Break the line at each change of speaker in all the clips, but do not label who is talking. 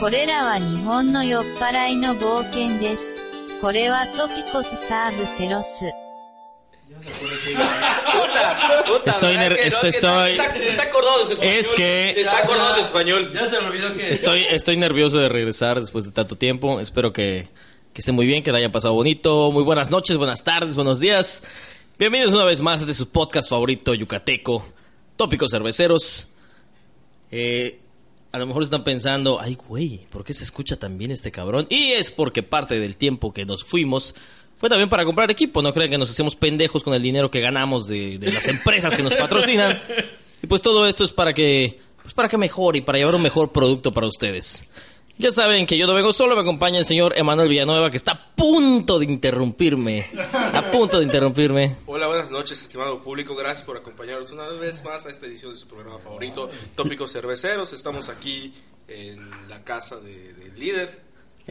これらは日本の酔っ払いの冒険です。これはトピコスサーブセロス。
Puta,
Estoy
¿verdad
ner-
que no?
este
Que está-
soy-
Se está, se está acordando de su español.
Es que-
Se está acordando de su español.
Ya se me olvidó que.
Estoy, estoy nervioso de regresar después de tanto tiempo. Espero que, que esté muy bien, que la hayan pasado bonito. Muy buenas noches, buenas tardes, buenos días. Bienvenidos una vez más de su podcast favorito yucateco, Tópicos Cerveceros. Eh, a lo mejor están pensando, ay güey, ¿por qué se escucha tan bien este cabrón? Y es porque parte del tiempo que nos fuimos fue también para comprar equipo. No crean que nos hacemos pendejos con el dinero que ganamos de, de las empresas que nos patrocinan. Y pues todo esto es para que, pues para que mejore y para llevar un mejor producto para ustedes. Ya saben que yo no vengo solo, me acompaña el señor Emanuel Villanueva que está a punto de interrumpirme. A punto de interrumpirme.
Hola, buenas noches, estimado público. Gracias por acompañarnos una vez más a esta edición de su programa favorito, Tópicos Cerveceros. Estamos aquí en la casa de- del líder.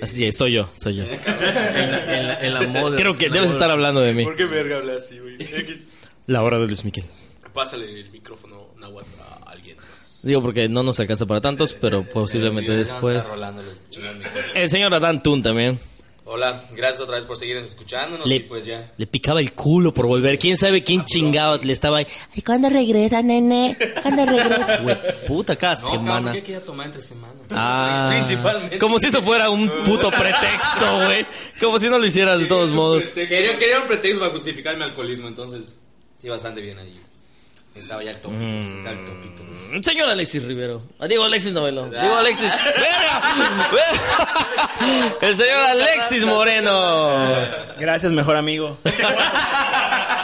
Así es, soy yo, soy yo.
en, la, en, la, en la moda.
Creo que debes estar hablando de mí.
¿Por qué verga habla así, güey? X.
La hora de Luis Miguel.
Pásale el micrófono, Nahuatl, a alguien más.
Digo porque no nos alcanza para tantos, pero posiblemente después. El señor Adán Tun también.
Hola, gracias otra vez por seguirnos escuchándonos y
Le,
pues ya.
le picaba el culo por volver. ¿Quién sabe quién chingado le estaba ahí? Ay, ¿cuándo regresa, nene? ¿Cuándo regresa? Güey, puta, cada
No,
semana.
cabrón, ¿qué quería tomar entre semana?
Ah,
Principalmente.
Como si eso fuera un puto pretexto, güey. Como si no lo hicieras de todos modos.
Quería, quería un pretexto para justificar mi alcoholismo, entonces sí, bastante bien allí. Estaba ya al tópico,
Mm.
está al tópico.
Señor Alexis Rivero. Ah, Digo Alexis Novelo. Digo Alexis. ¡Verga! ¡Verga! El señor Alexis Moreno.
Gracias, mejor amigo.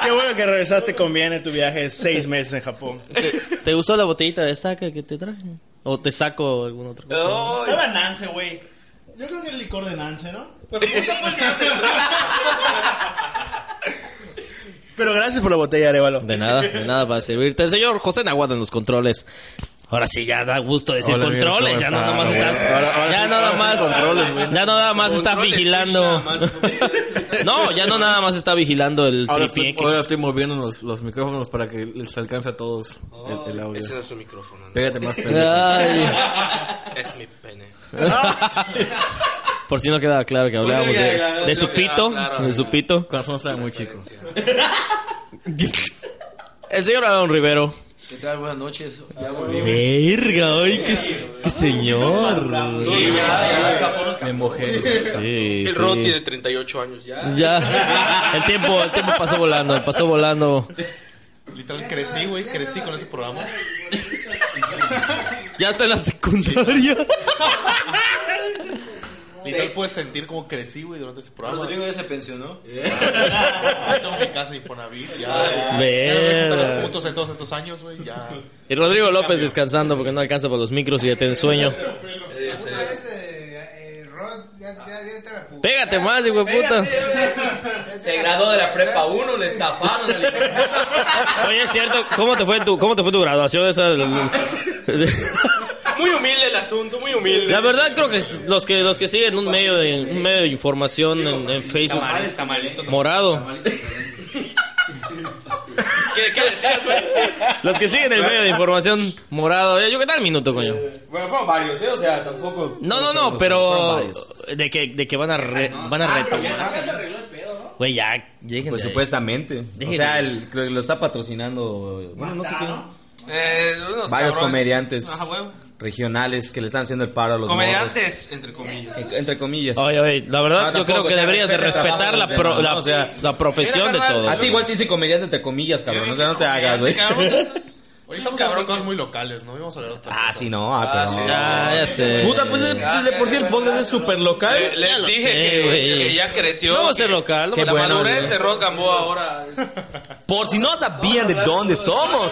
Qué bueno que regresaste con bien en tu viaje de seis meses en Japón.
¿Te, te gustó la botellita de saca que te traje? ¿O te saco alguna otra cosa?
¿Sabe a Nance, güey? Yo creo que el licor de Nance, ¿no? Pero gracias por la botella, Arevalo.
De nada, de nada para servirte. El señor José Naguada en los controles. Ahora sí, ya da gusto decir
Hola, amigo,
controles.
¿cómo
Ya no
estás,
nada más
güey?
estás.
Ahora- ahora
ya
sí,
no nada
ahora sí,
más.
controles, güey.
ya no nada más estás
Controles,
vigilando.
switch, nada más.
No, ya no nada más está vigilando el
Ahora
tripié
estoy,
que-
ahora estoy moviendo los, los micrófonos para que les alcance a todos el, el audio.
Ese no es su micrófono,
Eh.
¿no?
Pégate más pendejo.
Ah. Ay.
es mi pene.
Por si no quedaba claro que hablábamos
Por si no
de,
quedaba-
de
no
su
quedaba
pito.
claro,
De
¿verdad?
su pito.
Corazón estaba muy chico.
El señor Adán Rivero.
¿Qué tal? Buenas noches. Ya volví.
Verga, ay, qué, qué señor.
Me mojé.
Sí,
El
sí.
Ron tiene 38 años ya.
Ya. El tiempo, el tiempo pasó volando, pasó volando.
Literal crecí, güey. Crecí con ese programa.
Ya está en la secundaria.
Literal puedes sentir como crecí, güey, durante ese programa.
ya se pensionó.
Ya tengo mi casa de Infonavit, ya. ya. Ya no me juntan
Verga.
los puntos en todos estos años, güey, ya.
Y Rodrigo López descansando porque no alcanza para los micros y ya tiene sueño. Pégate más, hijo de puta.
Se graduó de la prepa 1, le estafaron.
Oye, es cierto, ¿cómo te fue tu, cómo te fue tu graduación esa? del-
Muy humilde el asunto, muy humilde.
La verdad creo que los que los que siguen un medio de un medio de información en, en Facebook
Este
morado,
¿Qué, qué decías, güey?
los que siguen el medio de información morado, eh, yo qué tal minuto coño.
Bueno, fueron
Pues,
varios, ¿eh? O sea, tampoco.
No, no, no, pero de que de que van a re- van
Ah,
a retomar. Güey, ya, dejen
Pues
de ahí.
supuestamente. O
Déjenme.
sea, el- creo que lo está patrocinando. Bueno, no sé quién.
Eh, unos
Varios
cabrones.
comediantes
Ajá, huevo.
regionales que le están haciendo el paro a los morros.
Comediantes, entre comillas.
En- Entre comillas.
Oye, oye, la verdad
No,
yo creo
tampoco,
que
ya
deberías de
respeta el trabajo de
respetar la,
los
pro-
demás,
la,
o sea,
la profesión de
mira, carnal,
todos.
A ti igual te dice comediante entre comillas, cabrón. O sea, no te hagas, güey.
Hoy estamos cabrón con
muy locales, ¿no? Vamos a hablar otra Ah, sí, no. Ah,
sí,
pero no.
Ya, ya sé.
Puta, pues es- desde por si el podcast es súper local.
Eh,
Ya
Les
lo
dije
sé,
que,
güey.
que ya creció.
No va a ser
que-
local, no
que
va
la
a ser local.
madurez de Ron Gamboa ahora es-
Por si no sabían de dónde somos.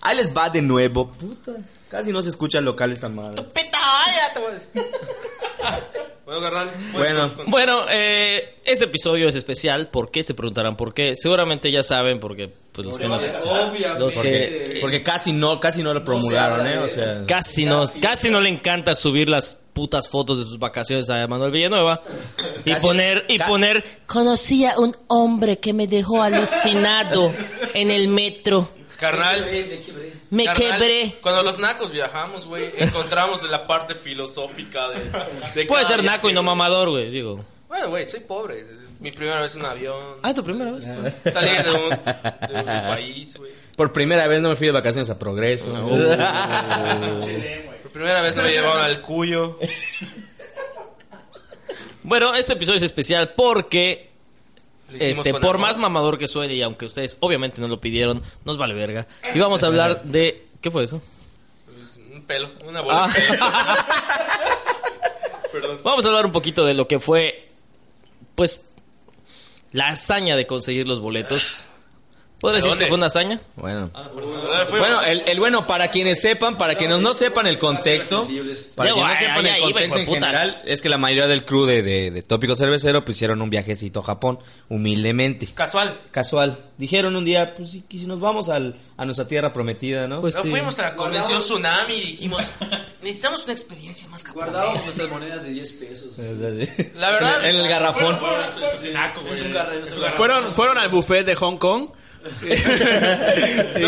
Ahí les va de nuevo, puta. Casi no se escucha locales tan mal.
Bueno, carnal. pues,
Bueno,
Bueno, eh, este episodio es especial. ¿Por qué? Se preguntarán por qué. Seguramente ya saben, porque pues, los que nos- los
porque,
que
porque casi no, casi no lo promulgaron, ¿eh? O sea,
casi nos, casi no le encanta subir las putas fotos de sus vacaciones a Manuel Villanueva y
Casi-
poner y
ca-
poner
Conocí a un hombre que me dejó alucinado en el metro.
Carnal,
Me
Carnal,
quebré.
Cuando los nacos viajamos, güey, encontramos la parte filosófica de. de
Puede
cada
ser
viaje,
naco y no
güey.
mamador, güey. Digo.
Bueno, güey, soy pobre. Es Mi primera vez en un avión.
Ah, tu primera vez.
Salí de un, de un país, güey.
Por primera vez no me fui de vacaciones a Progreso.
uh.
Por primera vez no me llevaron al cuyo.
Bueno, este episodio es especial porque
Lo hicimos
Este,
con
por
amor.
más mamador que suene, y aunque ustedes obviamente no lo pidieron, nos vale verga. Y vamos a hablar de. ¿Qué fue eso?
Pues, Un pelo, una bola. de pelo.
Ah.
Perdón.
Vamos a hablar un poquito de lo que fue. Pues. La hazaña de conseguir los boletos. ¿Podrías
¿De
decir que
dónde?
fue una hazaña?
Bueno.
¿Dónde fuimos?
Bueno, el, el bueno, para quienes sepan, para quienes no sepan el contexto, para
Ya,
quienes no
guay,
sepan
ya iba,
el contexto en
hijueputas.
general, es que la mayoría del crew de, de, de Tópico Cervecero pues, hicieron un viajecito a Japón, humildemente,
Casual.
casual. Dijeron un día, pues sí, que si nos vamos al, a nuestra tierra prometida, ¿no?
Pues
No
sí.
fuimos a la convención Tsunami y dijimos, necesitamos una experiencia más japonesa.
Guardábamos nuestras monedas de 10 pesos.
La verdad.
En el garrafón.
Es un garrero. es un garrero.
Fueron, fueron al buffet de Hong Kong. Y
No,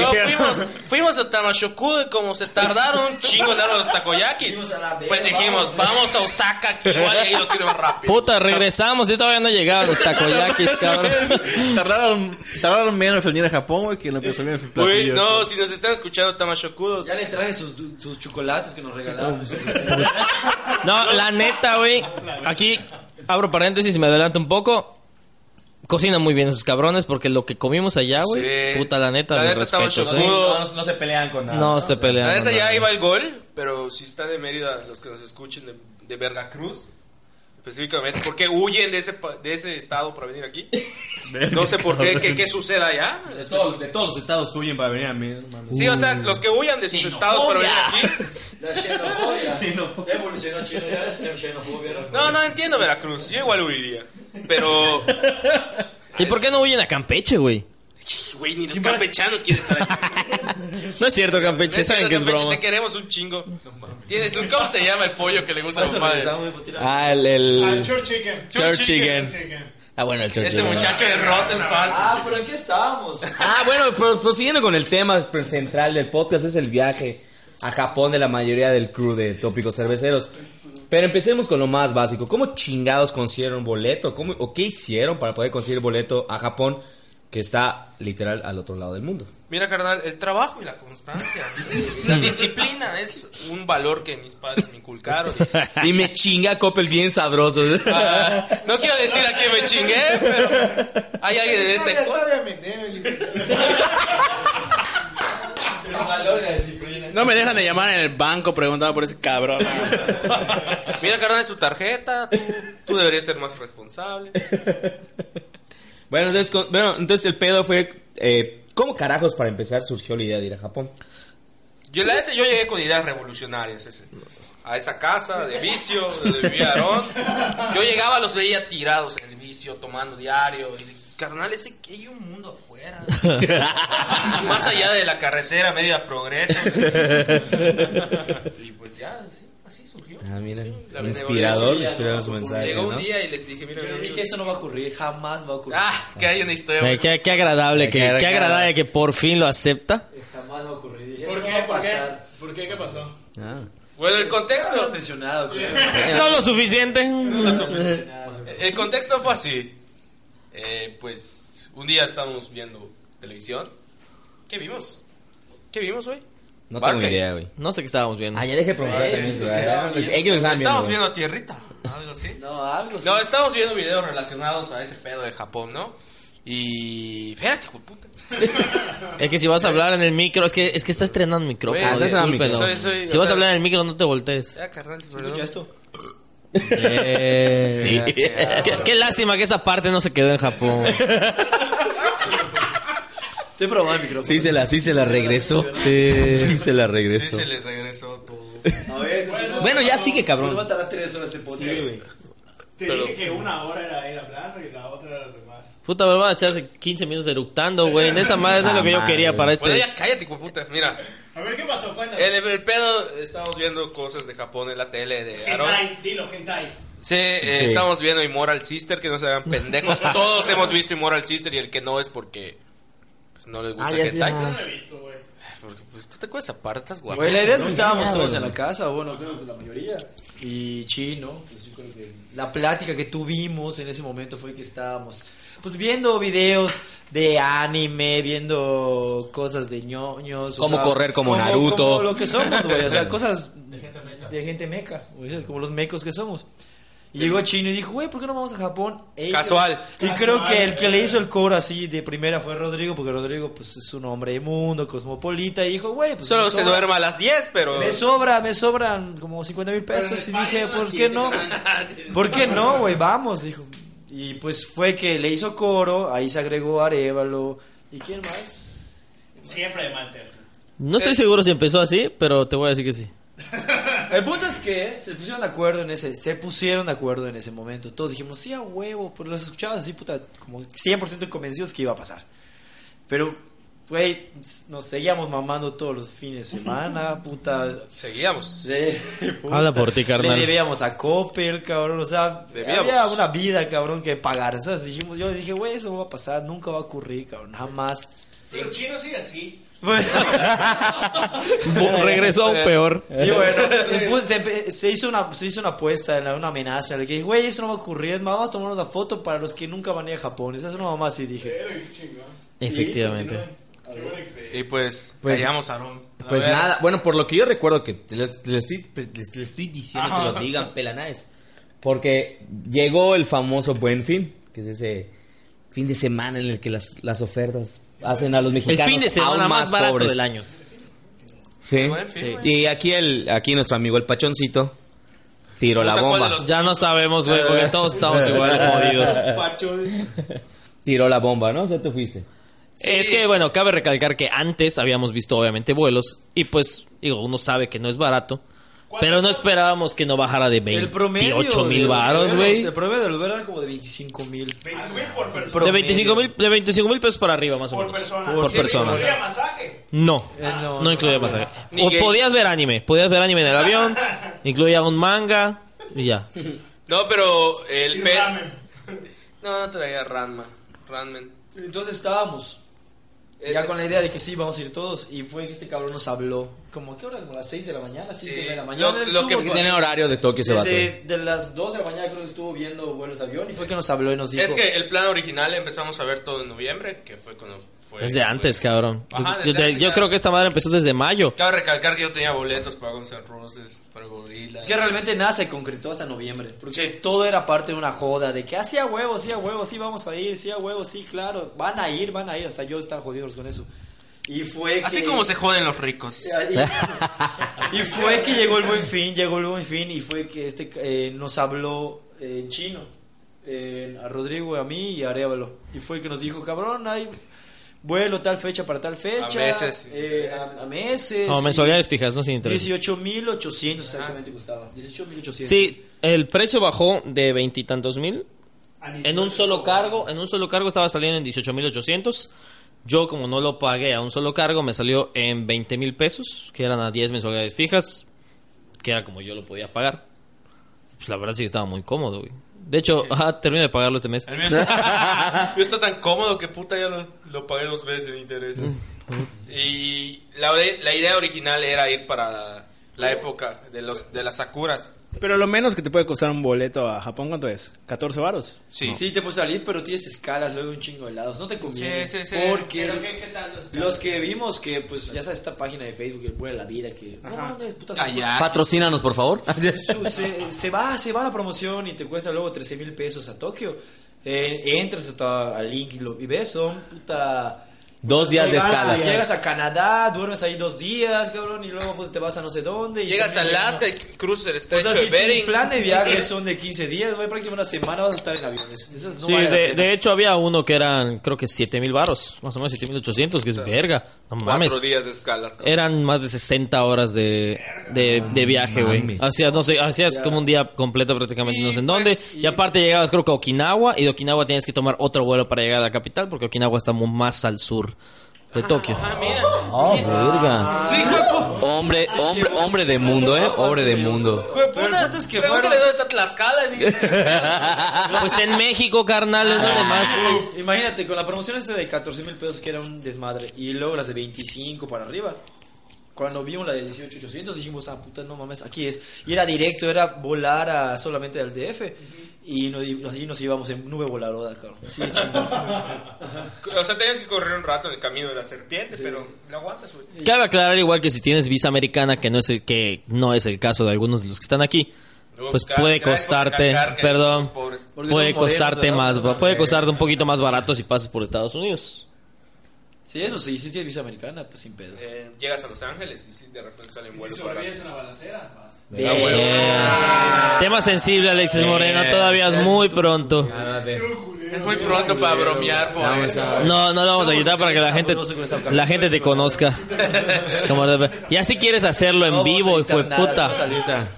dijeron-
fuimos, fuimos a Tamashoku y como se tardaron un chingo en dar los takoyakis,
Fuimos a la verga,
pues dijimos, vamos a Osaka, que igual ahí lo sirven rápido.
Puta, regresamos. Yo todavía no llegaba a los takoyakis, cabrón.
tardaron, tardaron menos en ir a Japón, güey, que lo que salieron sus
Uy,
platillos.
no, si nos están escuchando Tamashokudos,
Ya le traje sus, du- sus chocolates que nos regalaron.
No, la neta, güey. Aquí abro paréntesis y me adelanto un poco. Cocinan muy bien esos cabrones porque lo que comimos allá, güey.
Sí.
Puta, la neta,
La
mis
neta, estamos
respetos,
chocados.
¿eh?
No,
se pelean con
No se pelean.
la neta
no, no.
ya iba el gol, pero si están de Mérida, los que nos escuchen de, de Veracruz, específicamente, ¿por qué huyen de ese, pa- de ese estado para venir aquí? No sé por qué, qué, qué sucede allá.
de todos los estados huyen para venir a mí, hermano.
Sí, o sea, los que huyan de sus estados para venir aquí.
La xenofobia. Ya Evolucionó chino, ya es xenofobia. ¿no?
No, no entiendo Veracruz, yo igual huiría, pero...
¿Y por qué no huyen a Campeche, güey?
Güey, ni los campechanos quieren estar aquí.
No es cierto, Campeche,
Neta,
saben que es
Campeche,
broma.
Te queremos un chingo. Tienes un ¿cómo se llama el pollo que le gusta a los
Eso
padres?
regresamos, güey, tira-
Ah, el... el-
Church Chicken.
Church Chicken. Ah, bueno, el Church
Este
Chicken.
muchacho de Rotten
Ah, pero aquí estábamos.
Ah, bueno, pro- prosiguiendo con el tema pues, central del podcast, es el viaje a Japón de la mayoría del crew de Tópicos Cerveceros. Pero empecemos con lo más básico. ¿Cómo chingados consiguieron boleto? ¿Cómo, ¿O qué hicieron para poder conseguir boleto a Japón, que está literal al otro lado del mundo?
Mira, carnal, el trabajo y la constancia. la disciplina es un valor que mis padres me inculcaron.
Y me chinga Coppel bien sabroso.
Ah, no quiero decir a quién me chingué, pero hay alguien en este
Todavía- todavía me debe, el hijo de- El valor y la disciplina.
No me dejan de llamar en el banco preguntando por ese cabrón.
Mira, carnal, es tu tarjeta. Tú, tú deberías ser más responsable.
bueno, entonces, con- bueno, entonces el pedo fue... eh, ¿Cómo carajos para empezar surgió la idea de ir a Japón?
Yo, la neta, yo llegué con ideas revolucionarias. ese. A esa casa de vicio donde vivía Aarón. Yo llegaba, los veía tirados en el vicio, tomando diario. Y, carnal, ese que hay un mundo afuera. Más allá de la carretera, media progreso. y pues ya, así, así surgió.
Ah, mira,
Sí, la
inspirador,
negociación.
inspirador su mensaje,
Llegó un
¿no?
día y les dije, mira,
Yo le
amigos,
dije, eso no va a ocurrir, jamás va a ocurrir.
ah, que hay una historia.
Ay,
güey.
Qué, qué agradable, que,
Qué
qué agradable que por fin lo acepta.
Jamás va a ocurrir. Dije,
¿Por
eso
qué?
no va a
¿Por qué?
pasar.
¿Por qué? ¿Qué pasó? Pues, ah,
Ah.
Bueno, el
Esto lo
contexto,
has mencionado, creo.
No lo suficiente.
El contexto fue así. Eh, pues un día estábamos viendo televisión. ¿Qué vimos? ¿Qué vimos, güey?
No tengo
Barney.
idea, güey.
No sé qué estábamos viendo.
Ah, ya dejé probar también, güey. Ellos lo estaban viendo,
Estábamos
güey.
viendo Tierrita, algo así.
No, algo sí.
No, estábamos viendo videos relacionados a ese pedo de Japón, ¿no? Y... Espérate, hijo de puta.
Es que si vas a hablar en el micro, es que, es que está estrenando micrófono.
Güey, está
estrenando
discúlpelo.
micrófono. Soy- soy-
si
o
vas
sea-
a hablar en el micro, no te voltees.
Ya, carnal. perdón.
¿Escucha esto?
Eh, qué, qué lástima que esa parte no se quedó en Japón.
Estoy probando el micrófono.
Sí se la, sí se la regresó. Sí, se la
Sí,
regresó.
se les regresó todo.
Este-
A ver, bueno,
Bueno, ya sigue,
No va a
cabrón.
tardar tres horas ese podcast.
Te dije que una hora era él hablando y la otra era lo demás.
Puta, me van a echarse 15 minutos eructando, güey. En esa madre no es lo que yo
Ah,
quería
madre.
para
Bueno,
este.
ya cállate, hijo de puta. Mira,
A ver, ¿qué pasó? Cuéntame.
el, el pedo... Estábamos viendo cosas de Japón en la tele de Aaron.
Hentai, dilo, hentai.
Sí, eh,
Sí.
estamos viendo Immoral Sister, que no se hagan pendejos. Todos hemos visto Immoral Sister y el que no es porque pues, no les gusta
Ah, ya,
hentai.
ya.
No lo he visto, güey.
Porque, pues, tú te acuerdas aparte, estás guapo.
Güey, la idea es que estábamos todos en la casa, bueno, creo que la mayoría. Y chino, pues yo creo que la plática que tuvimos en ese momento fue que estábamos pues viendo videos de anime, viendo cosas de ñoños. o
Cómo correr como Naruto.
Como lo que somos, güey, o sea, cosas de gente meca, güey, como los mecos que somos. Y llegó Chino y dijo, güey, ¿por qué no vamos a Japón? Ey,
Casual.
y creo que el que le hizo el coro así de primera fue Rodrigo, porque Rodrigo pues es un hombre mundo, cosmopolita, y dijo, güey, pues
Solo
me
se
sobra-
duerma a las 10, pero.
Me sobra, me sobran como 50 mil pesos. Y dije, ¿por qué no? ¿Por qué no, güey? Vamos, dijo. Y pues fue que le hizo coro, ahí se agregó Arevalo. ¿Y quién más?
Siempre de mantenerse.
No estoy seguro si empezó así, pero te voy a decir que sí.
El punto es que se pusieron de acuerdo en ese, se pusieron de acuerdo en ese momento. Todos dijimos, sí, a huevo, pero los escuchabas así, puta, como 100% convencidos que iba a pasar. Pero, güey, nos seguíamos mamando todos los fines de semana, puta.
Seguíamos.
Sí, puta.
Habla por ti, carnal.
Le debíamos a Coppel, cabrón. O sea,
Debíamos.
había una vida, cabrón, que pagar. O sea, dijimos, yo dije, güey, eso no va a pasar, nunca va a ocurrir, cabrón, jamás.
Pero chino sigue así.
Pues-
Bo- regresó aún peor.
y bueno, después se, empe- se hizo una, se hizo una apuesta, la- una amenaza. Le dije, güey, eso no va a ocurrir. es más, Vamos a tomar una foto para los que nunca van a ir a Japón. Esa es una mamá así, dije.
Efectivamente.
Y pues,
Pues-
callamos a Ron. A
Pues
ver,
nada, bueno, por lo que yo recuerdo que te lo- te lo estoy, les- les estoy diciendo que lo digan, pelanaes. Porque llegó el famoso Buen Fin, que es ese fin de semana en el que las, las ofertas hacen a
El
los mexicanos
fin de semana
aún
más, barato
pobres.
del año.
Sí.
Buen Fin,
Sí.
Y aquí el aquí nuestro amigo el Pachoncito tiró la
Puta, ¿cuál
bomba.
de los-
Ya no sabemos, güey, porque todos estamos igual de jodidos.
Tiró la bomba, ¿no? O sea, tú fuiste.
Es que, bueno, cabe recalcar que antes habíamos visto, obviamente, vuelos. Y pues, digo, uno sabe que no es barato. Pero no esperábamos que no bajara de
El promedio.
28
de
mil
los
varos,
vuelos,
güey.
El promedio de los vuelos era como de 25 mil.
25 mil por persona.
De 25 mil de 25 mil pesos para arriba, más o
Por
menos.
persona.
Por
Sí,
persona.
incluía masaje.
No,
Eh, no,
no,
no,
incluía
no,
pasaje.
no.
O
Ni gay.
podías ver anime, podías ver anime en el avión, incluía un manga y ya.
No, pero el pe-
ramen.
No, no traía Ranma. Ranmen.
Entonces estábamos Eh, ya con la idea de que sí, vamos a ir todos. Y fue que este cabrón nos habló. Como, ¿qué hora? Como las 6 de la mañana, 5
Sí.
de la mañana.
Lo-
Él
lo
estuvo
que
con-
Tiene horario de Tokio ese vato.
Desde de las 2 de la mañana creo que estuvo viendo vuelos de avión. Y fue que nos habló y nos dijo.
Es que el plan original empezamos a ver todo en noviembre, que fue cuando fue. pues,
Desde antes, cabrón.
Ajá, desde
Yo- yo, te-
antes,
yo
ya.
creo que esta madre empezó desde mayo.
Cabe recalcar que yo tenía boletos para Guns N' Roses, para Gorillaz.
Es que realmente nada se concretó hasta noviembre. Porque todo era parte de una joda. De que, ah, sí, a huevo, sí, a huevo, sí, vamos a ir, sí, a huevo, sí, claro. Van a ir, van a ir. Hasta yo estaba jodidos con eso. Y fue
Así
que- ah.
como se joden los ricos.
Y, y fue que llegó el buen fin, llegó el buen fin y fue que este eh, nos habló eh, en chino, eh, a Rodrigo, a mí y a Arevalo. Y fue que nos dijo, cabrón, hay vuelo tal fecha para tal fecha.
A meses.
eh, a, a meses.
No,
y
mensualidades fijas, no sin interés.
18.800 exactamente costaba. 18.800.
Sí, el precio bajó de veintitantos mil.
A
En
18.
un solo cargo, en un solo cargo estaba saliendo en 18.800. Yo como no lo pagué a un solo cargo, me salió en 20 mil pesos, que eran a 10 mensualidades fijas, que era como yo lo podía pagar. Pues la verdad sí estaba muy cómodo, güey. De hecho, ajá, termino de pagarlo este mes.
El mío está, el mío está tan cómodo que puta ya lo, lo pagué dos veces en intereses.
Mm.
Y la, la idea original era ir para la, la época de los de las sakuras.
Pero lo menos que te puede costar un boleto a Japón, ¿cuánto es? ¿14 varos?
Sí.
Sí, te puedes salir, pero tienes escalas, luego un chingo de lados. No te conviene.
Sí, sí, sí.
Porque
Pero qué, qué tal los
los que vimos que, pues, ya sabes, esta página de Facebook, el Vuela la Vida, que. No mames, puta,
Ah,
Patrocínanos, por favor.
su- se, se va, se va la promoción y te cuesta luego 13 mil pesos a Tokio. Eh, entras hasta al link y lo y ves, son puta.
Dos días de
Llegas-
escala.
Llegas a Canadá, duermes ahí dos días, cabrón, y luego pues, te vas a no sé dónde. Y
Llegas a
también-
Alaska y cruzas el
O
estrecho
sea, si
de
tu
Bering.
plan de viaje son de 15 días, güey, prácticamente una semana vas a estar en aviones. Eso es- no
sí,
vale la
de,
pena.
de hecho había uno que eran, creo que 7 mil varos, más o menos 7.800, que es verga. No
Cuatro
mames.
días de escalas.
Eran más de 60 horas de, de, de viaje, güey.
mames.
Hacías, no sé, hacías como un día completo prácticamente, no sé en dónde. y aparte llegabas, creo que a Okinawa, y de Okinawa tienes que tomar otro vuelo para llegar a la capital, porque Okinawa está mu- más al sur. de Tokio.
Ah, mira.
Oh, verga.
Sí, hijo
Hombre, hombre, hombre de mundo, ¿eh? Hombre de mundo.
de puta.
Pero el punto es que
Pregúntale
fueron-
dónde está Tlaxcala. dice.
Pues en México, carnal, es donde Ah, más.
Imagínate, con la promoción este de 14 mil pesos que era un desmadre y luego las de 25 para arriba. Cuando vimos la de 18800 dijimos, ah, puta, no mames, aquí es. Y era directo, era volar a- solamente al DF. Y nos, y nos- y nos íbamos en nube voladora, cabrón. Sí, chingón.
O sea, tenías que correr un rato en el camino de la serpiente, pero la aguantas, güey.
Cabe aclarar igual que si tienes visa americana, que no es el, que no es el caso de algunos de los que están aquí, pues
Buscar-
puede
gracias por
costarte,
recalcar que
perdón,
somos pobres.
Porque
puede
somos modernos,
costarte
¿verdad?
más,
Porque-
puede costarte un poquito más barato si pasas por Estados Unidos.
Sí, eso sí, si tienes visa americana, pues sin pedo.
Eh, llegas a Los Ángeles y sí, de repente salen
Si
vuelos para
sobrevives una balacera, vas.
Ah,
Bien. Tema sensible, Alexis Moreno, todavía es muy pronto.
Es muy pronto para bromear, pobre.
No, no lo vamos a quitar para que la gente,
Sabroso con esa camisa.
la gente te conozca. Como de- Y así quieres hacerlo en
No vamos a
vivo, hijo de
editar nada,
puta.
vamos a salir.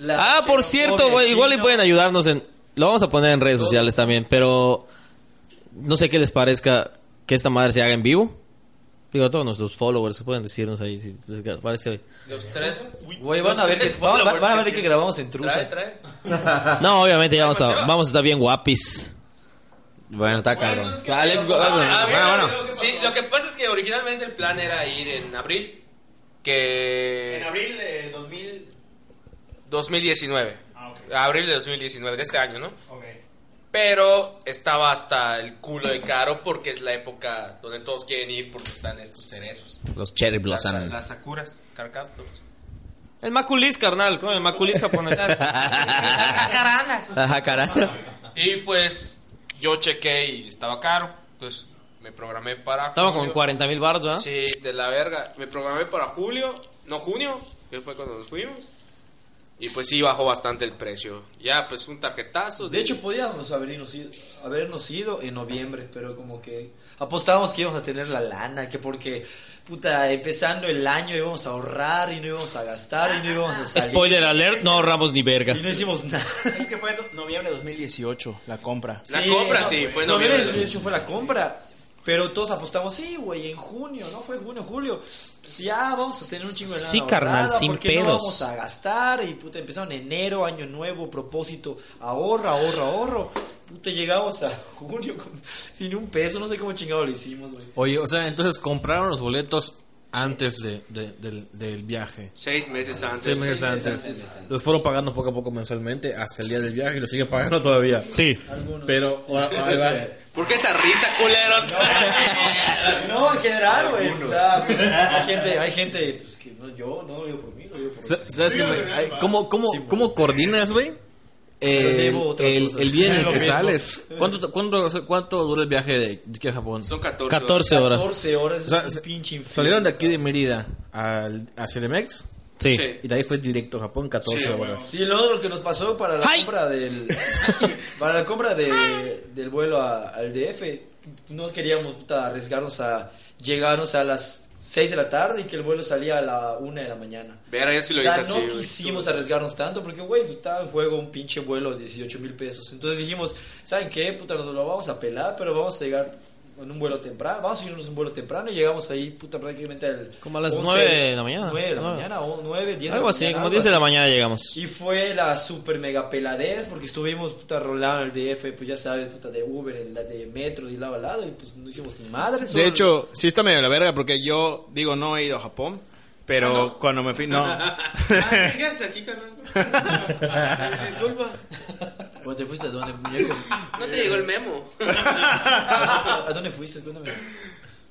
La
Ah, por
xenofobia,
cierto, güey, igual y
chino.
pueden ayudarnos en... Lo vamos a poner en redes sociales también, pero... No sé qué les parezca que esta madre se haga en vivo. Digo, a todos nuestros followers pueden decirnos ahí si les parece.
Los tres. uy,
Güey,
los
van a ver que,
tres
van- van-
followers
van a ver que grabamos en
Trae,
Trusa.
trae.
No, obviamente ya vamos a, vamos a estar bien guapis.
Bueno, está cabrón. Dale,
Bueno,
bueno, bueno.
ah, Sí, lo que pasa es que originalmente el plan era ir en abril, que...
En abril de 2000.
2019.
Ah, ok.
Abril de 2019, de este año, ¿no?
Ok.
Pero estaba hasta el culo de caro porque es la época donde todos quieren ir porque están estos cerezos.
Los cherry
Las,
blossom.
las sakuras, carcaptos.
El maculis, carnal, el maculis japonés.
Ajá, carajo.
Y pues yo chequé y estaba caro. Entonces me programé para...
Estaba con
julio.
40 mil baros,
Ah.
¿verdad?
Sí, de la verga. Me programé para julio, no junio, que fue cuando nos fuimos. Y pues sí, bajó bastante el precio. Ya, pues un tarjetazo.
De hecho, podíamos habernos ido, habernos ido en noviembre, pero como que apostábamos que íbamos a tener la lana, que porque, puta, empezando el año íbamos a ahorrar y no íbamos a gastar y no íbamos a salir.
Spoiler alert, no ahorramos ni verga.
Y no hicimos nada.
Es que fue en noviembre de 2018 la compra.
La compra, sí, fue en noviembre.
De hecho, fue la compra. Pero todos apostamos, sí, güey, en junio, ¿no? Fue en junio, julio. Pues ya vamos a tener un chingo de lana
Sí, carnal,
ahorrada
sin
porque
pedos.
No vamos a gastar y puta, empezaron enero, año nuevo, propósito, ahorra, ahorra, ahorro. Puta, llegamos a junio con- sin un peso, no sé cómo chingado lo hicimos, güey.
Oye, o sea, entonces compraron los boletos antes de, de- del, del viaje.
Seis meses antes.
Seis meses antes. Los fueron pagando poco a poco mensualmente hasta el día del viaje y los siguen pagando todavía.
Sí.
Pero, ahora- ahí va.
¿Por qué esa risa, culeros?
No, en general, güey. O sea, pues, hay gente, hay gente, pues que no, yo no lo digo por mí, lo digo por
Sa- ¿Sabes qué me- ay, ¿Cómo, cómo, cómo coordinas, güey? El,
debo otra
el,
cosa.
el día en el
Lo
que
mismo.
sales. ¿Cuánto, cuánto, cuánto dura el viaje de de aquí a Japón?
Son 14.
14 horas.
14 horas,
O sea,
es
se-
un pinche infierno.
Salieron de aquí de Mérida al, a CDMX
Sí.
Sí.
y de ahí fue directo a Japón 14
Sí,
horas.
Sí, luego lo que nos pasó para la
¡Ay!
compra del para la compra de- del vuelo a- al DF, no queríamos puta, arriesgarnos a llegarnos a las 6 de la tarde y que el vuelo salía a la 1 de la mañana.
Verá, yo sí lo
o
hice
sea,
así.
no
güey.
quisimos arriesgarnos tanto porque, güey, estaba en juego un pinche vuelo de 18 mil pesos. Entonces dijimos, ¿saben qué? Puta, nos lo vamos a pelar, pero vamos a llegar en un vuelo temprano. Vamos a irnos en un vuelo temprano y llegamos ahí, puta, prácticamente al.
Como a las
11,
nueve de la mañana.
9 de la
Nueve.
mañana, o 9, 10 de la
Algo así,
mañana,
como
algo
10 de
así.
la mañana llegamos.
Y fue la super mega peladez porque estuvimos puta rolando el DF, pues ya sabes, puta de Uber, el de metro, de lado a lado, y pues no hicimos ni madre. solo-
De hecho, sí está medio la verga porque yo digo no he ido a Japón, pero cuando me fui no.
Ah, ¿Qué haces aquí, carnal? Disculpa.
¿Cuándo te fuiste? ¿A dónde, muñeco?
No te llegó el memo.
¿A dónde fuiste? Cuéntame.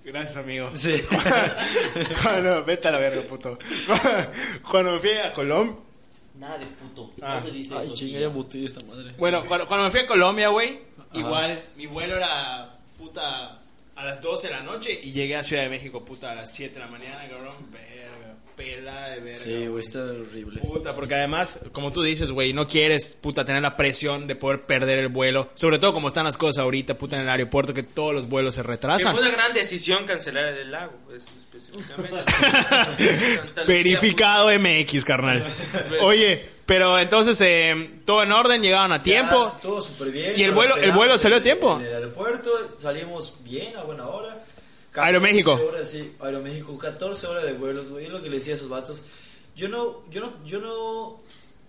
Gracias, amigo.
Sí.
Cuando, vete a la verga, puto. Cuando me fui a Colombia,
Nada de puto.
Ah. se
dice
Ay, chinga, ya boté esta madre.
bueno, cuando, cuando me fui a Colombia, güey,
Igual, mi vuelo era puta a las 12 de la noche y llegué a Ciudad de México puta a las 7 de la mañana, cabrón. Verga, pela de verga.
Sí, güey, está horrible.
Puta, porque además, como tú dices, güey, no quieres, puta, tener la presión de poder perder el vuelo. Sobre todo como están las cosas ahorita, puta, en el aeropuerto, que todos los vuelos se
Que
retrasan.
fue una gran decisión cancelar el lago, pues, específicamente. Santa Lucía,
Verificado MX, carnal. Oye, pero entonces, eh, todo en orden, llegaron a tiempo.
Ya, Todo súper bien.
¿Y el
Nos
vuelo- el
hospedamos
vuelo salió a
en-
tiempo?
En el aeropuerto, salimos bien a buena hora.
Aeroméxico.
horas, sí, Aeroméxico, 14 horas de vuelos, güey. Es lo que le decía a esos vatos. Yo no, yo no, yo no,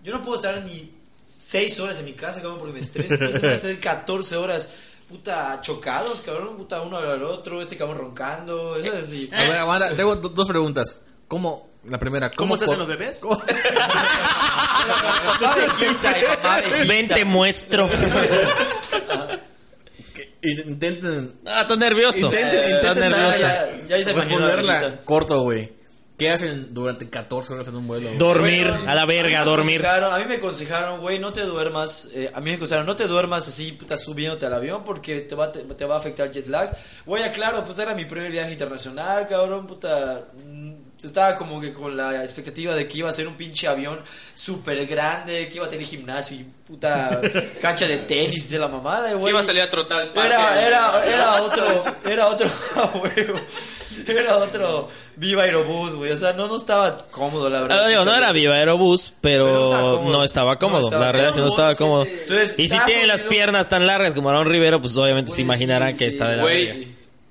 yo no puedo estar ni 6 horas en mi casa, cabrón, porque me estreso. Entonces van a estar 14 horas, puta, chocados, cabrón, puta, uno al otro, este cabrón roncando, es así.
A ver, aguanta, tengo do- dos preguntas. ¿Cómo? La primera, ¿cómo,
¿Cómo se hacen
co-
los bebés?
Mamá abejita, y mamá abejita.
Ven, te muestro.
que Intenten,
Ah, está nervioso.
intenten,
Está
intenten dar-
nerviosa.
Ya, ya, ya hice mañana,
responderla
abejita.
corto, güey. ¿Qué hacen durante 14 horas en un vuelo? güey?
Dormir,
Bueno, pues,
a la
mí
verga,
me
dormir.
aconsejaron- A mí me aconsejaron, güey, no te duermas. eh, a mí me aconsejaron, no te duermas así, puta, subiéndote al avión porque te va, te, te va a afectar jet lag. Güey, claro, pues era mi primer viaje internacional, cabrón, puta. mm, Estaba como que con la expectativa de que iba a ser un pinche avión súper grande, que iba a tener gimnasio y puta cancha de tenis de la mamada, güey.
Que iba a salir a trotar al parque.
Era, era, era otro, era otro, huevo. Era otro Viva Aerobús, güey. O sea, no, no estaba cómodo, la verdad.
Ah, digo, no era viva aerobús, pero,
Pero no estaba
no estaba cómodo.
cómodo. No estaba-
la realidad es que no estaba cómodo.
Entonces,
y si
estaba
tiene las
jodido.
piernas tan largas como Aaron Rivero, pues obviamente se
Güey,
imaginarán
sí,
que
sí,
está de la
Güey,
verga.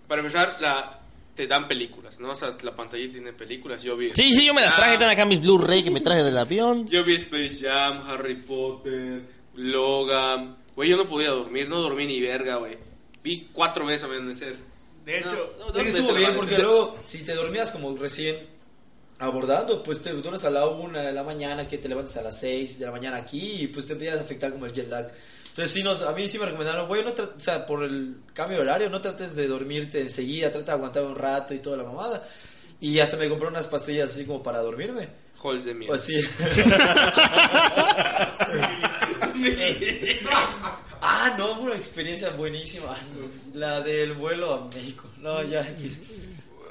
para empezar, la, te dan películas, ¿no? O sea, la pantalla tiene películas. Yo vi.
Sí, sí, yo me las traje,
Ah,
están acá mis Blu-ray que me traje del avión.
Yo vi Space Jam, Harry Potter, Logan. Güey, yo no podía dormir, no dormí ni verga, güey. Vi cuatro veces amanecer.
De hecho,
No, no,
Es
dos
que
veces
estuvo bien porque
amanecer.
luego, si te dormías como recién abordando, pues te duermes a la una de la mañana, que te levantas a las 6 de la mañana aquí y pues te empiezas a afectar como el jet lag. Entonces, sí nos, a mí sí me recomendaron, güey, no tra- o sea, por el cambio de horario, no trates de dormirte enseguida, trata de aguantar un rato y toda la mamada. Y hasta me compré unas pastillas así como para dormirme.
Halls de mierda.
O así. ah, no, una experiencia buenísima. La del vuelo a México. No, ya, X.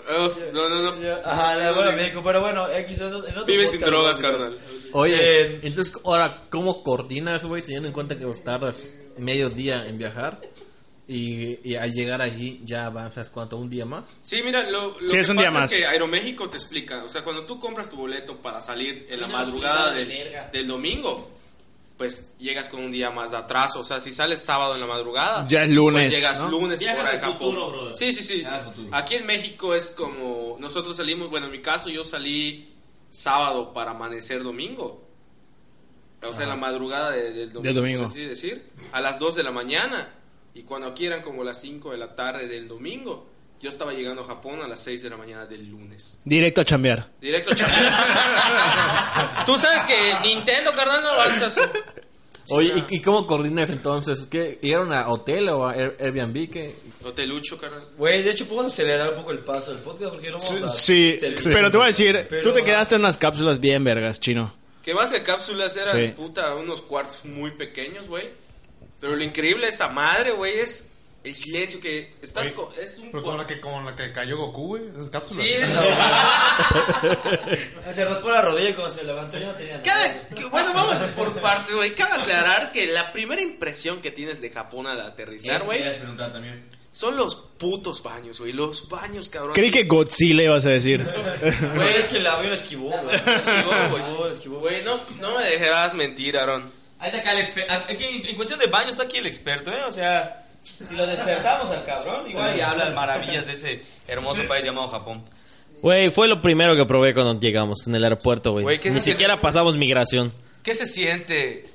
Uf, no, no, no.
Ya, Ajá, la del vuelo a México. Pero bueno, X. En otro
Vive
podcast
sin
lo
drogas,
vamos a hablar.
carnal.
Oye,
Eh,
entonces ahora, ¿cómo coordinas, ah, güey, teniendo en cuenta que vos tardas medio día en viajar y, y al llegar allí ya avanzas cuánto, un día más?
Sí, mira, lo, lo
Sí,
que
es un
pasa
día más.
es que Aeroméxico te explica, o sea, cuando tú compras tu boleto para salir en la madrugada del, del domingo, pues llegas con un día más de atraso, o sea, si sales sábado en la madrugada,
Ya es lunes,
pues llegas
¿no?
lunes
Viaja
hora de
al
Japón.
futuro, brother.
sí, sí, sí.
Viaja al futuro.
Aquí en México es como nosotros salimos, bueno, en mi caso yo salí sábado para amanecer domingo. O sea, en la madrugada de- del domingo.
Del domingo.
por así decir, a las 2 de la mañana. Y cuando aquí eran como las 5 de la tarde del domingo, yo estaba llegando a Japón a las 6 de la mañana del lunes.
directo a chambear.
Directo, chaval. Tú sabes que Nintendo, carnal, no avanzas.
Oye, ¿y, y cómo coordinas entonces? ¿Qué, ¿Llegaron a hotel o a Air- Airbnb? ¿Qué?
Hotelucho, carnal.
Güey, de hecho, podemos acelerar un poco el paso del podcast porque no vamos a.
Sí,
terminar.
pero te voy a decir,
Pero-
tú te quedaste en unas cápsulas bien vergas, chino.
Que más que cápsulas eran,
Sí.
puta, unos cuartos muy pequeños, güey. Pero lo increíble de esa madre, güey, es el silencio que estás co- es un
Pero Pues con la que, con la que cayó Goku, güey, esas cápsulas.
Sí, es-
Se raspó la rodilla y cuando se levantó ya no tenía nada.
Cabe- que- bueno, vamos por partes, güey. Cabe aclarar que la primera impresión que tienes de Japón al aterrizar, güey,
preguntar también.
son los putos baños, güey. Los baños, cabrón.
Creí que Godzilla ibas a decir.
Güey, es que el avión esquivó, güey.
Esquivó, güey.
Esquivó, esquivó.
Güey, no, no me dejarás mentir, Aaron.
Ahí está acá el exper- aquí, en cuestión de baño está aquí el experto, ¿eh? O sea, si lo despertamos al cabrón, igual y habla maravillas de ese hermoso país llamado Japón.
Güey, fue lo primero que probé cuando llegamos en el aeropuerto, güey.
Güey, ¿qué
Ni
se siente?
siquiera pasamos migración.
¿Qué se siente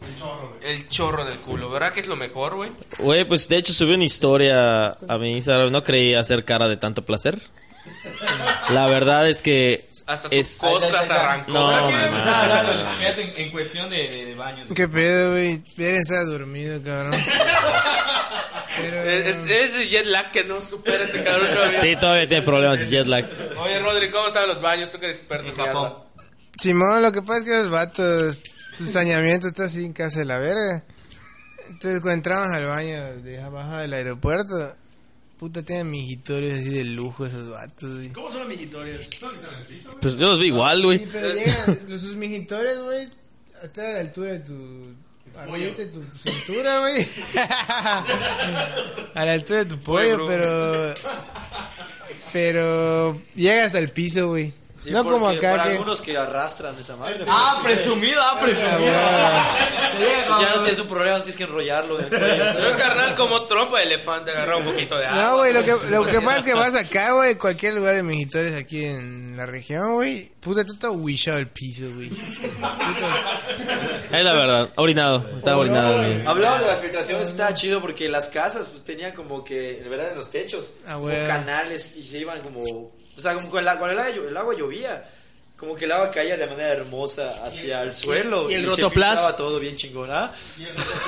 el chorro del culo? ¿Verdad que es lo mejor, güey?
Güey, pues de hecho subí una historia a mi Instagram. No creí hacer cara de tanto placer. La verdad es que
Hasta tus
es...
costras arrancó.
No,
¿verdad que
no,
me
no.
pensaba?
en, cuestión de, baños.
¿Qué pedo, güey? Pierre está dormido, cabrón. Pero,
Es, es es jet lag que no supera este cabrón todavía.
Sí, todavía tiene problemas de jet lag.
Oye, Rodri, ¿cómo están los baños? Tú que eres experto en Japón.
Simón, lo que pasa es que los vatos, su saneamiento está así en casa de la verga. Entonces, cuando entramos al baño de abajo del aeropuerto, puta, tienen mijitorios así de lujo esos vatos, güey.
¿Cómo son los mijitorios?
Pues yo los vi igual, güey.
Sí, pero llegan los- sus mijitorios, güey, hasta a la altura de tu... Arribita de tu cintura, güey. a la altura de tu pollo, pero... Pero... Llegas al piso, güey.
Sí,
no como
porque
acá
Para
que...
algunos que arrastran esa madre.
ah,
Ah, presumido, ah, presumido.
Ah,
Te llega con
no, pues ya no tienes un problema, no tienes que enrollarlo. en el cuello.
Yo, carnal, como trompa de elefante, agarra un poquito de agua.
No, güey, lo que, lo que pasa es que vas acá, güey, cualquier lugar de Mijitores aquí en la región, güey. Puta, tú estás huillado el piso, güey.
Es la verdad, orinado, estaba orinado. güey.
Ah,
Hablaba de las filtraciones, estaba chido porque las casas pues, tenían como que, en verdad, en los techos,
Ah,
como
güey.
canales y se iban como. O sea, como con la- cuando el, agua llo- el agua llovía, como que el agua caía de manera hermosa hacia el, suelo.
y el
se
rotoplas?
filtraba todo bien chingón, ¿ah?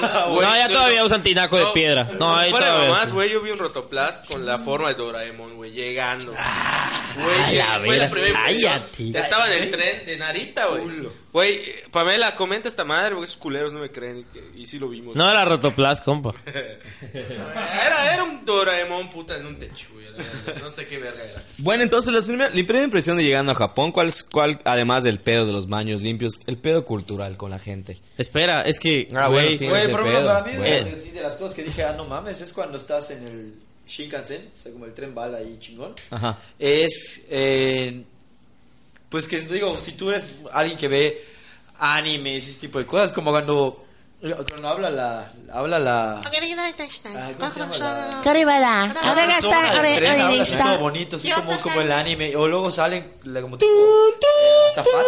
No, ya todavía usan tinaco de piedra. No, ahí
Fuera de
todavía.
mamás, güey, yo vi un Rotoplas con la forma de Doraemon, güey, llegando.
Ah, a
Güey,
la
fue
vera,
la primera
cállate.
impresión. Estaba en el tren de Narita, güey. Güey, eh, Pamela, comenta esta madre porque esos culeros no me creen y, que- y sí lo vimos.
No era rotoplas, compa.
era, era un Doraemon puta en un techo, güey. la verdad, No sé qué verga era.
Bueno, entonces las primer- la primera impresión de llegando a Japón, ¿cuál, es- cuál, además del pedo de los baños limpios, el pedo cultural con la gente?
Espera, es que.
Ah, bueno, sí,
Güey,
ese
por ejemplo,
pedo.
para mí,
Güey.
de, las- sí, de las cosas que dije, ah, no mames, es cuando estás en el Shinkansen, o sea, como el tren bala ahí chingón.
Ajá.
Es, eh, pues que digo, si tú eres alguien que ve anime, ese tipo de cosas, como cuando, cuando habla la, habla la... Ah, ¿cómo se llama la-
彼はだ。
la
俺がし
persona del
た、俺、
tren,
俺
habla
で
así
した。
todo bonito, así como, como el anime. O luego salen la- como tipo, eh, Zapata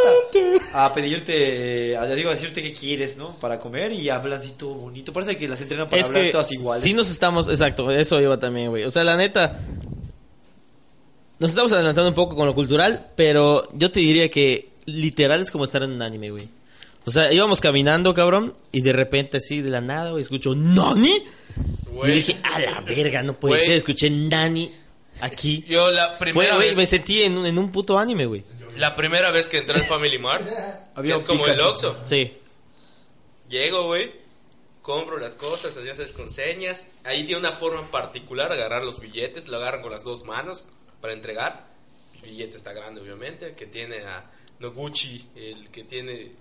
a pedirte, eh, a, digo, a decirte qué quieres, ¿no? Para comer y hablan así todo bonito. Parece que las entrenan para
es
hablar
que
todas iguales.
sí nos estamos, exacto, eso iba también, güey. O sea, la neta, nos estamos adelantando un poco con lo cultural, pero yo te diría que literal es como estar en un anime, güey. O sea, íbamos caminando, cabrón, y de repente así, de la nada, güey, escucho Nani. Yo dije, a la verga, no puede
Güey.
ser, escuché Nani aquí.
Yo la primera
Fue, güey,
vez-
me sentí en un, en un puto anime, güey.
La primera vez que entré al Family Mart, que
Había
es
un
como el
Pikachu.
Oxxo.
Sí.
Llego, güey, compro las cosas, ya sabes, con señas. Ahí tiene una forma particular agarrar los billetes, lo agarran con las dos manos para entregar. El billete está grande, obviamente, que tiene a Noguchi, el que tiene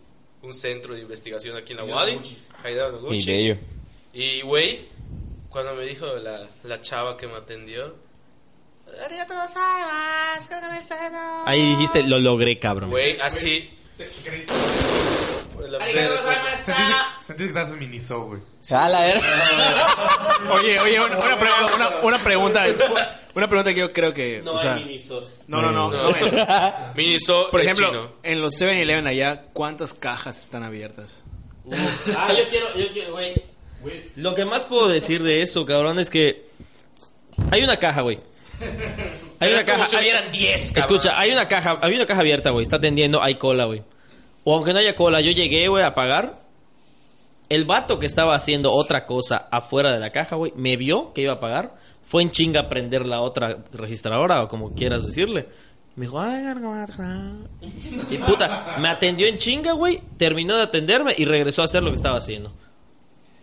un centro de investigación aquí en la
Hideo
Wadi.
Noguchi.
Hideo Noguchi.
Ni de ello.
Y, güey, cuando me dijo la, la chava que me atendió,
Ahí dijiste, lo logré, cabrón.
güey, así... La-
Sentiste, sentiste que estás en Miniso, güey.
Oye, oye, una, una pregunta, una, una pregunta. Una pregunta que yo creo que. o sea,
minisos.
no, no, no.
No.
no es.
Miniso
Por
es
ejemplo,
chino.
en los 7-Eleven allá, ¿cuántas cajas están abiertas?
Ah, yo quiero, yo quiero, güey. Lo que más puedo decir de eso, cabrón, es que hay una caja, güey. Hay
Pero
una
es como
caja.
si
hay-
hubieran 10, cabrón.
Escucha, hay una caja, hay una caja abierta, güey. Está atendiendo, hay cola, güey. O aunque no haya cola, yo llegué, güey, a pagar. El vato que estaba haciendo otra cosa afuera de la caja, güey, me vio que iba a pagar. Fue en chinga a prender la otra registradora, o como quieras decirle. Me dijo, ay, garganta". Y puta, me atendió en chinga, güey. Terminó de atenderme y regresó a hacer lo que estaba haciendo.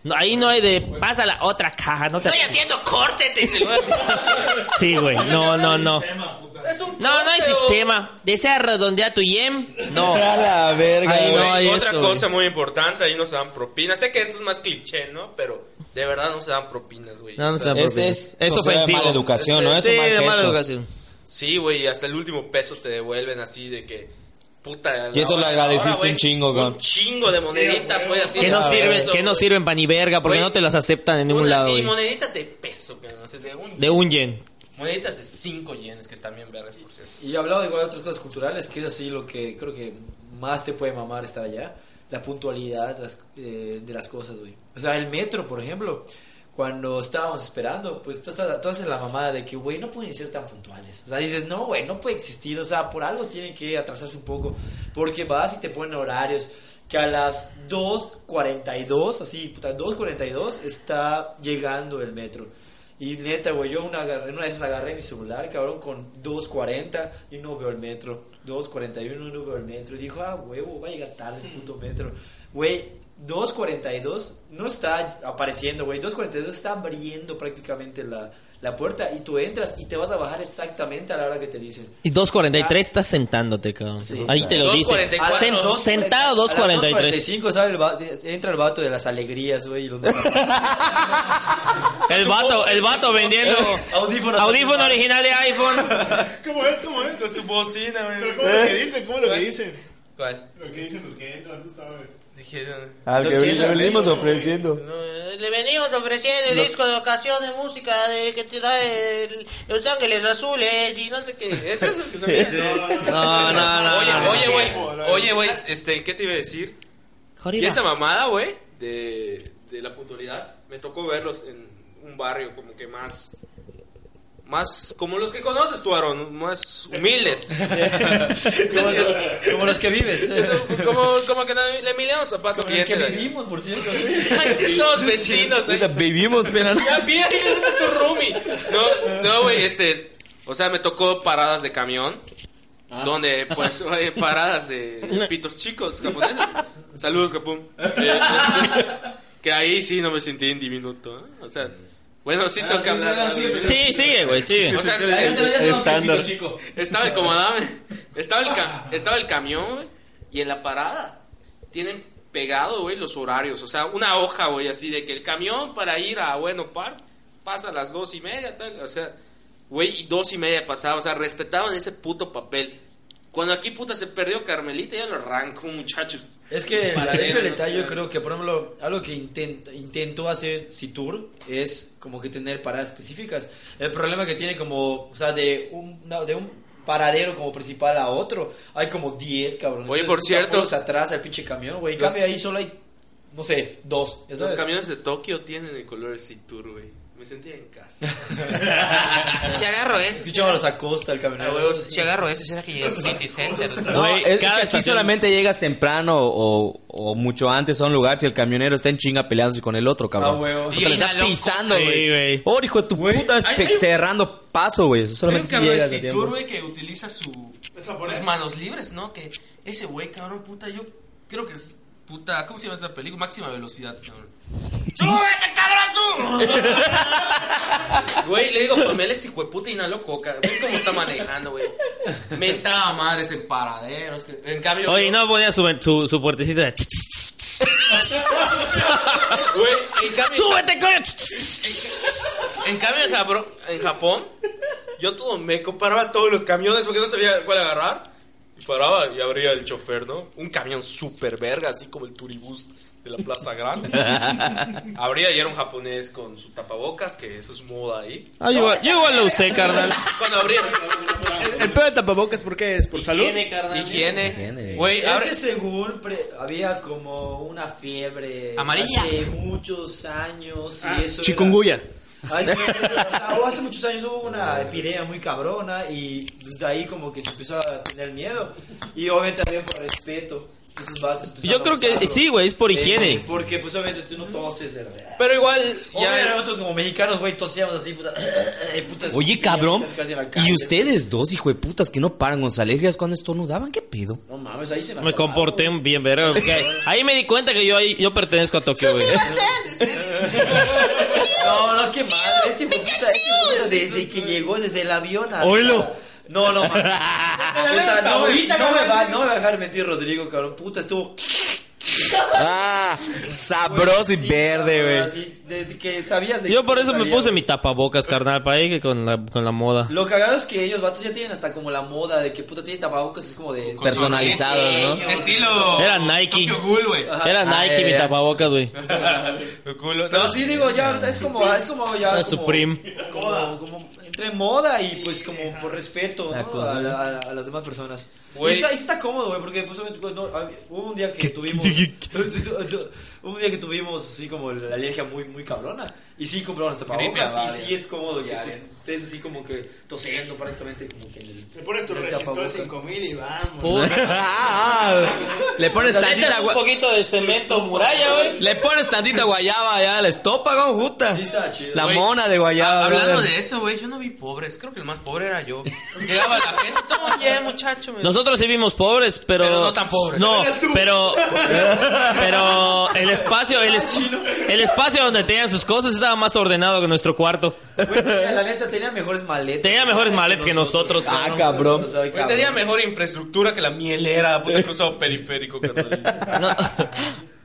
No, ahí no hay de, pasa la otra caja, no te...
Estoy haciendo corte, te dice.
Sí, güey, no, no, no.
Es un
No, no hay
corte, o-
sistema. Desea redondear tu yem. No.
A la verga,
Ahí no
güey.
hay
Otra
eso,
cosa
güey.
muy importante, ahí no se dan propinas. Sé que esto es más cliché, ¿no? Pero de verdad no se dan propinas, güey.
No, no
O
se
sea,
dan
Es-
propinas.
es
es
considerado
ofensivo.
mala educación, ¿no? Es
Sí,
un mal
de mala
gesto.
educación.
Sí, güey, y hasta el último peso te devuelven así de que. Puta.
Y eso
la-
lo agradeciste
ahora, güey,
un chingo, güey.
Un chingo de moneditas, güey, así.
Que no
de
sirven,
peso,
que no
güey.
sirven pa' ni verga porque
Güey,
no te las aceptan en ningún
Una
lado.
así,
güey.
moneditas de peso, cabrón, o sea, de un-
De un yen.
Moneditas de 5 yenes que están bien vergas, por cierto.
Y hablaba de igual de otras cosas culturales, que es así lo que creo que más te puede mamar estar allá. La puntualidad las- eh, de las cosas, güey. O sea, el metro, por ejemplo, cuando estábamos esperando, pues tú estás, tú haces la mamada de que, güey, no pueden ser tan puntuales. O sea, dices, no, güey, no puede existir. O sea, por algo tienen que atrasarse un poco. Porque vas y te ponen horarios. Que a las 2.42, así, puta, 2.42 está llegando el metro. Y neta, güey, yo una, agarré, una vez agarré mi celular, cabrón, con 2.40 y no veo el metro. 2.41 y no veo el metro. Y dijo, ah, huevo, va a llegar tarde el puto metro. Güey, 2.42 no está apareciendo, güey. 2.42 está abriendo prácticamente la, la puerta y tú entras y te vas a bajar exactamente a la hora que te dicen.
Y 2.43 estás sentándote, cabrón. Ahí te lo dice.
2.44,
Sen- sentado 2.43.
2.45, ¿sabes? El va- Entra el vato de las alegrías, güey. y los-
El vato, el vato vendiendo
Audífonos.
audífono original de iPhone.
¿Cómo es? ¿Cómo es?
Su bocina, ¿Eh?
¿Pero cómo es lo que dicen? ¿Cómo es lo que dicen?
¿Cuál?
Lo que dicen los que entran, tú sabes.
Dijeron.
Al que le
¿eh?
venimos ofreciendo.
Le venimos ofreciendo el disco de ocasión de música de que trae el- Los Ángeles Azules y no sé qué.
Ese es el que se me hace.
No, no, no,
Oye,
no.
oye, güey. Oye, güey, este, ¿qué te iba a decir?
Joriba.
Y esa mamada, güey, de, de la puntualidad, me tocó verlos en un barrio como que más. Más como los que conoces tú, Aaron, más humildes.
como, como los que vives.
como, como que la- la Emiliano Zapata.
Como el que
vivimos, por cierto. Todos vecinos. ¿eh?
Vivimos, pero no.
Ya vi, tu roomie. No, no, güey, este. O sea, me tocó paradas de camión.
Ah.
Donde, pues, oye, paradas de pitos chicos japoneses. Saludos, Capón. Eh, este, que ahí sí no me sentí en diminuto. ¿eh? O sea, bueno, sí
Ah,
tengo
sí,
que hablar.
sí, sí, sí, sigue, güey, sigue.
O sea,
Sí, sí, sí, sí, sí, sí, Estándar.
chico. Estaba el comodame, estaba el, ca- estaba el camión, güey, y en la parada tienen pegado, güey, los horarios. O sea, una hoja, güey, así de que el camión para ir a Bueno Park pasa a las dos y media, tal. O sea, güey, y dos y media pasaba. O sea, respetaban ese puto papel. Cuando aquí puta se perdió Carmelita, ya lo arrancó, muchachos.
Es que,
Para
es que el
ellos,
detalle
o
yo
sea.
creo que, por ejemplo, algo que intento, intentó hacer Citur es como que tener paradas específicas. El problema que tiene como, o sea, de un, no, de un paradero como principal a otro, hay como 10, cabrón.
Oye,
Entonces,
por
tú
cierto-
tampoco se atrasa el pinche camión, güey. En
Los-
cambio, ahí solo hay, no sé, dos. ya
Los
sabes.
camiones de Tokio tienen el color Citur, güey. Me sentía en casa. si agarro eso.
Escuchamos los acosta el
Ah,
camionero.
Si agarro eso, será que llega al City Center.
No, es- es que aquí
estación-
solamente llegas temprano o, o mucho antes a un lugar si el camionero está en chinga peleándose con el otro, cabrón.
Ah, huevo.
Porque le está
Llega loco.
pisando,
Sí,
güey. Oh, hijo de tu puta,
hay-
pe-
hay un-
cerrando paso, güey.
Hay un
Solamente si
cabrón
llegas
de
a tiempo.
Citur, güey, que utiliza su, sus manos libres, ¿no? Que ese güey, cabrón, puta, yo creo que es puta. ¿Cómo se llama esa película? Máxima velocidad, cabrón. ¡Súbete, cabrón, tú! Güey, le digo, ponmele este hijo de puta inhalo coca. Ve cómo está manejando, güey. Mentada madres en paraderos. que- En cambio.
Oye, no ponía su, su, su puertecita de...
Güey, en cambio.
¡Súbete, coño!
En, en cambio, en, Japro- en Japón, yo todo me comparaba todos los camiones porque no sabía cuál agarrar. Y paraba y abría el chofer, ¿no? Un camión super verga, así como el turibús de la Plaza Grande. abría y era un japonés con su tapabocas, que eso es moda ahí.
Ah, yo, igual- yo igual lo usé, carnal.
Cuando abría.
El pedo del tapabocas, ¿por qué es? ¿Por salud?
Higiene. Güey,
es
abre-
que según pre- había como una fiebre
Amarilla.
hace muchos años
Ah,
y eso era- Ah,
Chikungunya.
Ay, sí, o hace muchos años hubo una epidemia muy cabrona y desde ahí como que se empezó a tener miedo y obviamente también por respeto esos vatos empezaron
Yo creo
a
que
usarlo.
sí, güey, es por
Eh,
higiene.
porque pues obviamente tú no toses ¿verdad?
Pero igual,
Obviamente nosotros como mexicanos güey tosíamos así puta, eh, puta,
Oye, cabrón.
casi, casi en la calle.
Y ustedes dos, hijo de putas, que no paran con sus alergias cuando estornudaban, ¿qué pedo?
no mames ahí se me
Me comporté bien verga. porque Ahí me di cuenta que yo, ahí- yo pertenezco a Tokio, güey.
No, no, qué mal. Este puta, este puta desde que llegó, desde el avión. hasta-
Oílo.
No, no, man. Puta, no,
ahorita,
no me
cabrón.
va, no me va a dejar mentir Rodrigo, cabrón. Puta, estuvo
Ah, sabroso y verde, güey.
así, desde que sabías de
Yo
que
por eso me
salía.
puse mi tapabocas, carnal, para ir con la, con la moda.
Lo cagado es que ellos, vatos, ya tienen hasta como la moda de que puta tienen tapabocas, es como de...
Personalizados, ¿no?
Estilo.
Era Nike.
Tokyo Ghoul, güey.
Era
Ah,
Nike
ya,
mi
ya.
tapabocas, güey.
Culo.
Pero sí, digo, ya ahorita es como, ah, es como ya...
Era
como-
Supreme.
Como, como entre moda y pues como por respeto ¿no? a, la- a- a las demás personas. Y
Güey.
está, está cómodo, güey, porque pues, obviamente, no, hab- hubo un día que tuvimos... hubo un día que tuvimos así como la alergia muy, muy cabrona. Y sí compramos
Gripe
tapabocas
aviaria.
y sí es cómodo que tú estés así como que tosiendo prácticamente como que en el...
Le pones tu
en el
resistor
tapabocas.
5000 y vamos.
Ah, Le pones tantita
un
guayaba.
poquito de cemento muralla, güey.
Le pones tantita guayaba ya al estópago, puta.
Sí, está chido.
La
Güey,
mona de guayaba.
Hablando
brother.
de eso, güey, yo no vi pobres. Creo que el más pobre era yo. Llegaba la gente, todo bien, muchacho. me-
Nosotros sí vimos pobres, pero...
Pero no tan pobres.
No,
Eres tú.
pero... Pero el espacio, el, es- el espacio donde tenían sus cosas estaba más ordenado que nuestro cuarto.
Güey, la neta tenía mejores maletas.
Tenía mejores maletas que nosotros.
Ah, cabrón.
O sea,
Güey,
Eh.
tenía mejor infraestructura que la mielera, puta cruzado periférico, carnal.
No.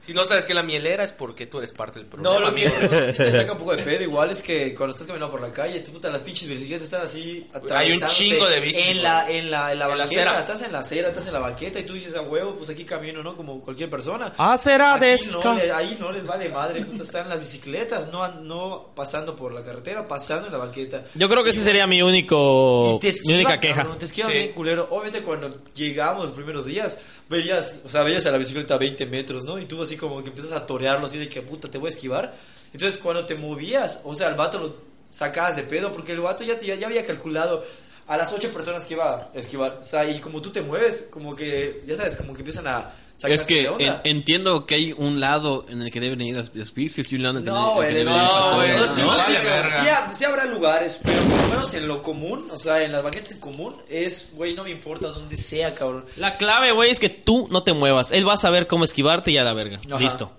Si no sabes que la mielera es porque tú eres parte del problema.
No, lo que
amigo.
sí te saca un poco de pedo igual es que cuando estás caminando por la calle, tú, puta, las pinches bicicletas están así
Hay un chingo de bicis,
En la,
güey.
en la, en la
En la
banqueta,
acera.
estás en la acera, estás en la banqueta y tú dices, a huevo, pues aquí camino, ¿no? Como cualquier persona.
Ah, será
Aquí
de
no
esca.
le- Ahí no les vale madre, puta, están las bicicletas, no, an- no pasando por la carretera, pasando en la banqueta.
Yo creo que ese sería mi único.
Te esquivan,
mi única queja.
cabrón, te esquivan bien culero. Obviamente cuando llegamos los primeros días, veías, o sea, veías a la bicicleta a 20 metros, ¿no? Y tú así como que empiezas a torearlo así de que puta, te voy a esquivar. Entonces cuando te movías, o sea, al vato lo sacabas de pedo porque el vato ya, ya, ya había calculado a las 8 personas que iba a esquivar. O sea, y como tú te mueves, como que, ya sabes, como que empiezan a sacarse
Es que
de
en-
onda.
entiendo que hay un lado en el que deben ir las, las bicis y un lado en el que
No,
en el
güey,
que deben ir
no,
las
güey,
personas,
sí,
¿no?
sí, sí ha- sí habrá lugares, pero por lo menos en lo común, o sea, en las banquetas en común, es, güey, no me importa donde sea, cabrón.
La clave, güey, es que tú no te muevas. Él va a saber cómo esquivarte y a la verga.
Ajá.
Listo.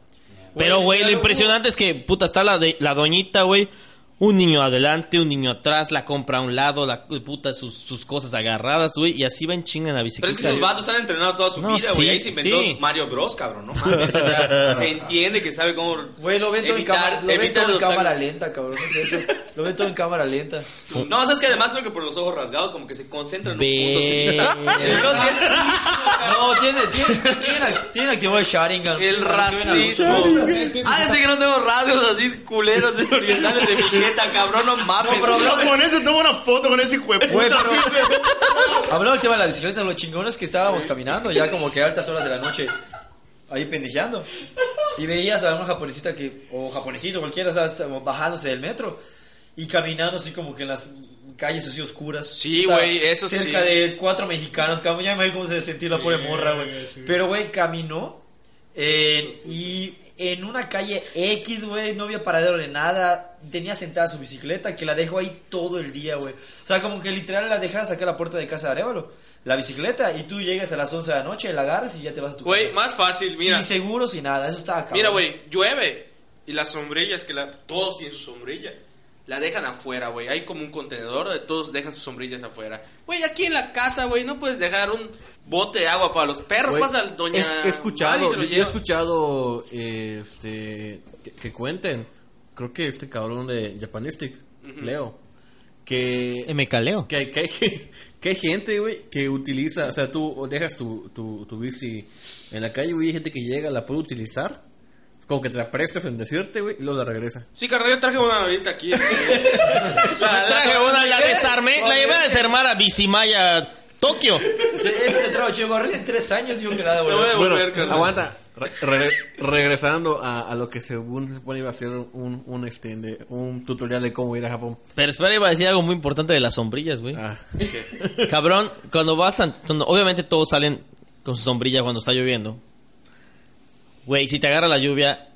Pero, güey, lo impresionante es que, puta, está la, de- la doñita, güey. Un niño adelante, un niño atrás, la compra a un lado, la puta, sus, sus cosas agarradas, güey. Y así va en chinga en la
Pero
bicicleta.
es que esos vatos han entrenado toda su
No,
vida, güey.
sí,
Ahí se inventó
sí.
Mario Bros, cabrón, ¿no? mames. O sea, se entiende que sabe cómo
Güey, lo ven todo en, cámara- lo ven todo en cámara lenta, cabrón. ¿qué es eso? Lo ven todo en cámara lenta.
No, sabes que además creo que por los ojos rasgados como que se concentran en un punto. Sí, no, tiene-
no, tiene, tiene, tiene, tiene activado el Sharingan.
El racismo. Ah, desde que no tengo rasgos así culeros de orientales de bicicleta, cabrón, no mames.
No, pero hablando-
Con ese toma una foto con ese hijo de puta.
Güey, pero- Hablando del tema de la bicicleta, lo chingón es que estábamos caminando ya como que a altas horas de la noche, ahí pendejeando. Y veías a una japonesita que, o japonesito cualquiera, o sea, bajándose del metro y caminando así como que en las calles así oscuras.
Sí,
Puta,
güey, eso sí.
Cerca de cuatro mexicanos, cabrón, ya me imagino cómo se sentía la pobre morra, güey. Pero, güey, caminó eh, y en una calle X, güey, no había paradero de nada. Tenía sentada su bicicleta que la dejó ahí todo el día, güey. O sea, como que literal la dejara sacar a la puerta de casa de Arevalo. La bicicleta y tú llegas a las 11 de la noche, la agarras y ya te vas a tu
Güey,
casa.
más fácil, mira.
Sin seguros y nada, eso estaba cabrón.
Mira, güey, llueve y las sombrillas que la, todos tienen su sombrilla. La dejan afuera, güey. Hay como un contenedor de todos dejan sus sombrillas afuera. Güey, aquí en la casa, güey, no puedes dejar un bote de agua para los perros.
Güey,
Pasa al doña.
es- he
Mari y
escuchado,
se lo
yo, yo he
lleva.
escuchado eh, este, que, que cuenten, creo que este cabrón de Japanistic,
Ujú.
Leo, que...
Me caleo.
Que hay, que hay, que hay gente, güey, que utiliza, o sea, tú dejas tu, tu, tu bici en la calle, güey, hay gente que llega, la puede utilizar, es como que te la prestas en decirte, güey, y luego la regresa.
Sí, carnal, yo traje una ahorita aquí. este, la, Ah,
Traje una, la desarmé, la iba a desarmar a Bicimaya, Tokio.
Ese se trajo chico, en tres años digo que nada, güey.
Bueno, aguanta. Re- re- regresando a, a lo que según se supone iba a ser un, un, este, de- un tutorial de cómo ir a Japón.
Pero espera, iba a decir algo muy importante de las sombrillas, güey.
Ah.
Cabrón, cuando vas a... cuando- obviamente todos salen con su sombrilla cuando está lloviendo. Güey, si te agarra la lluvia,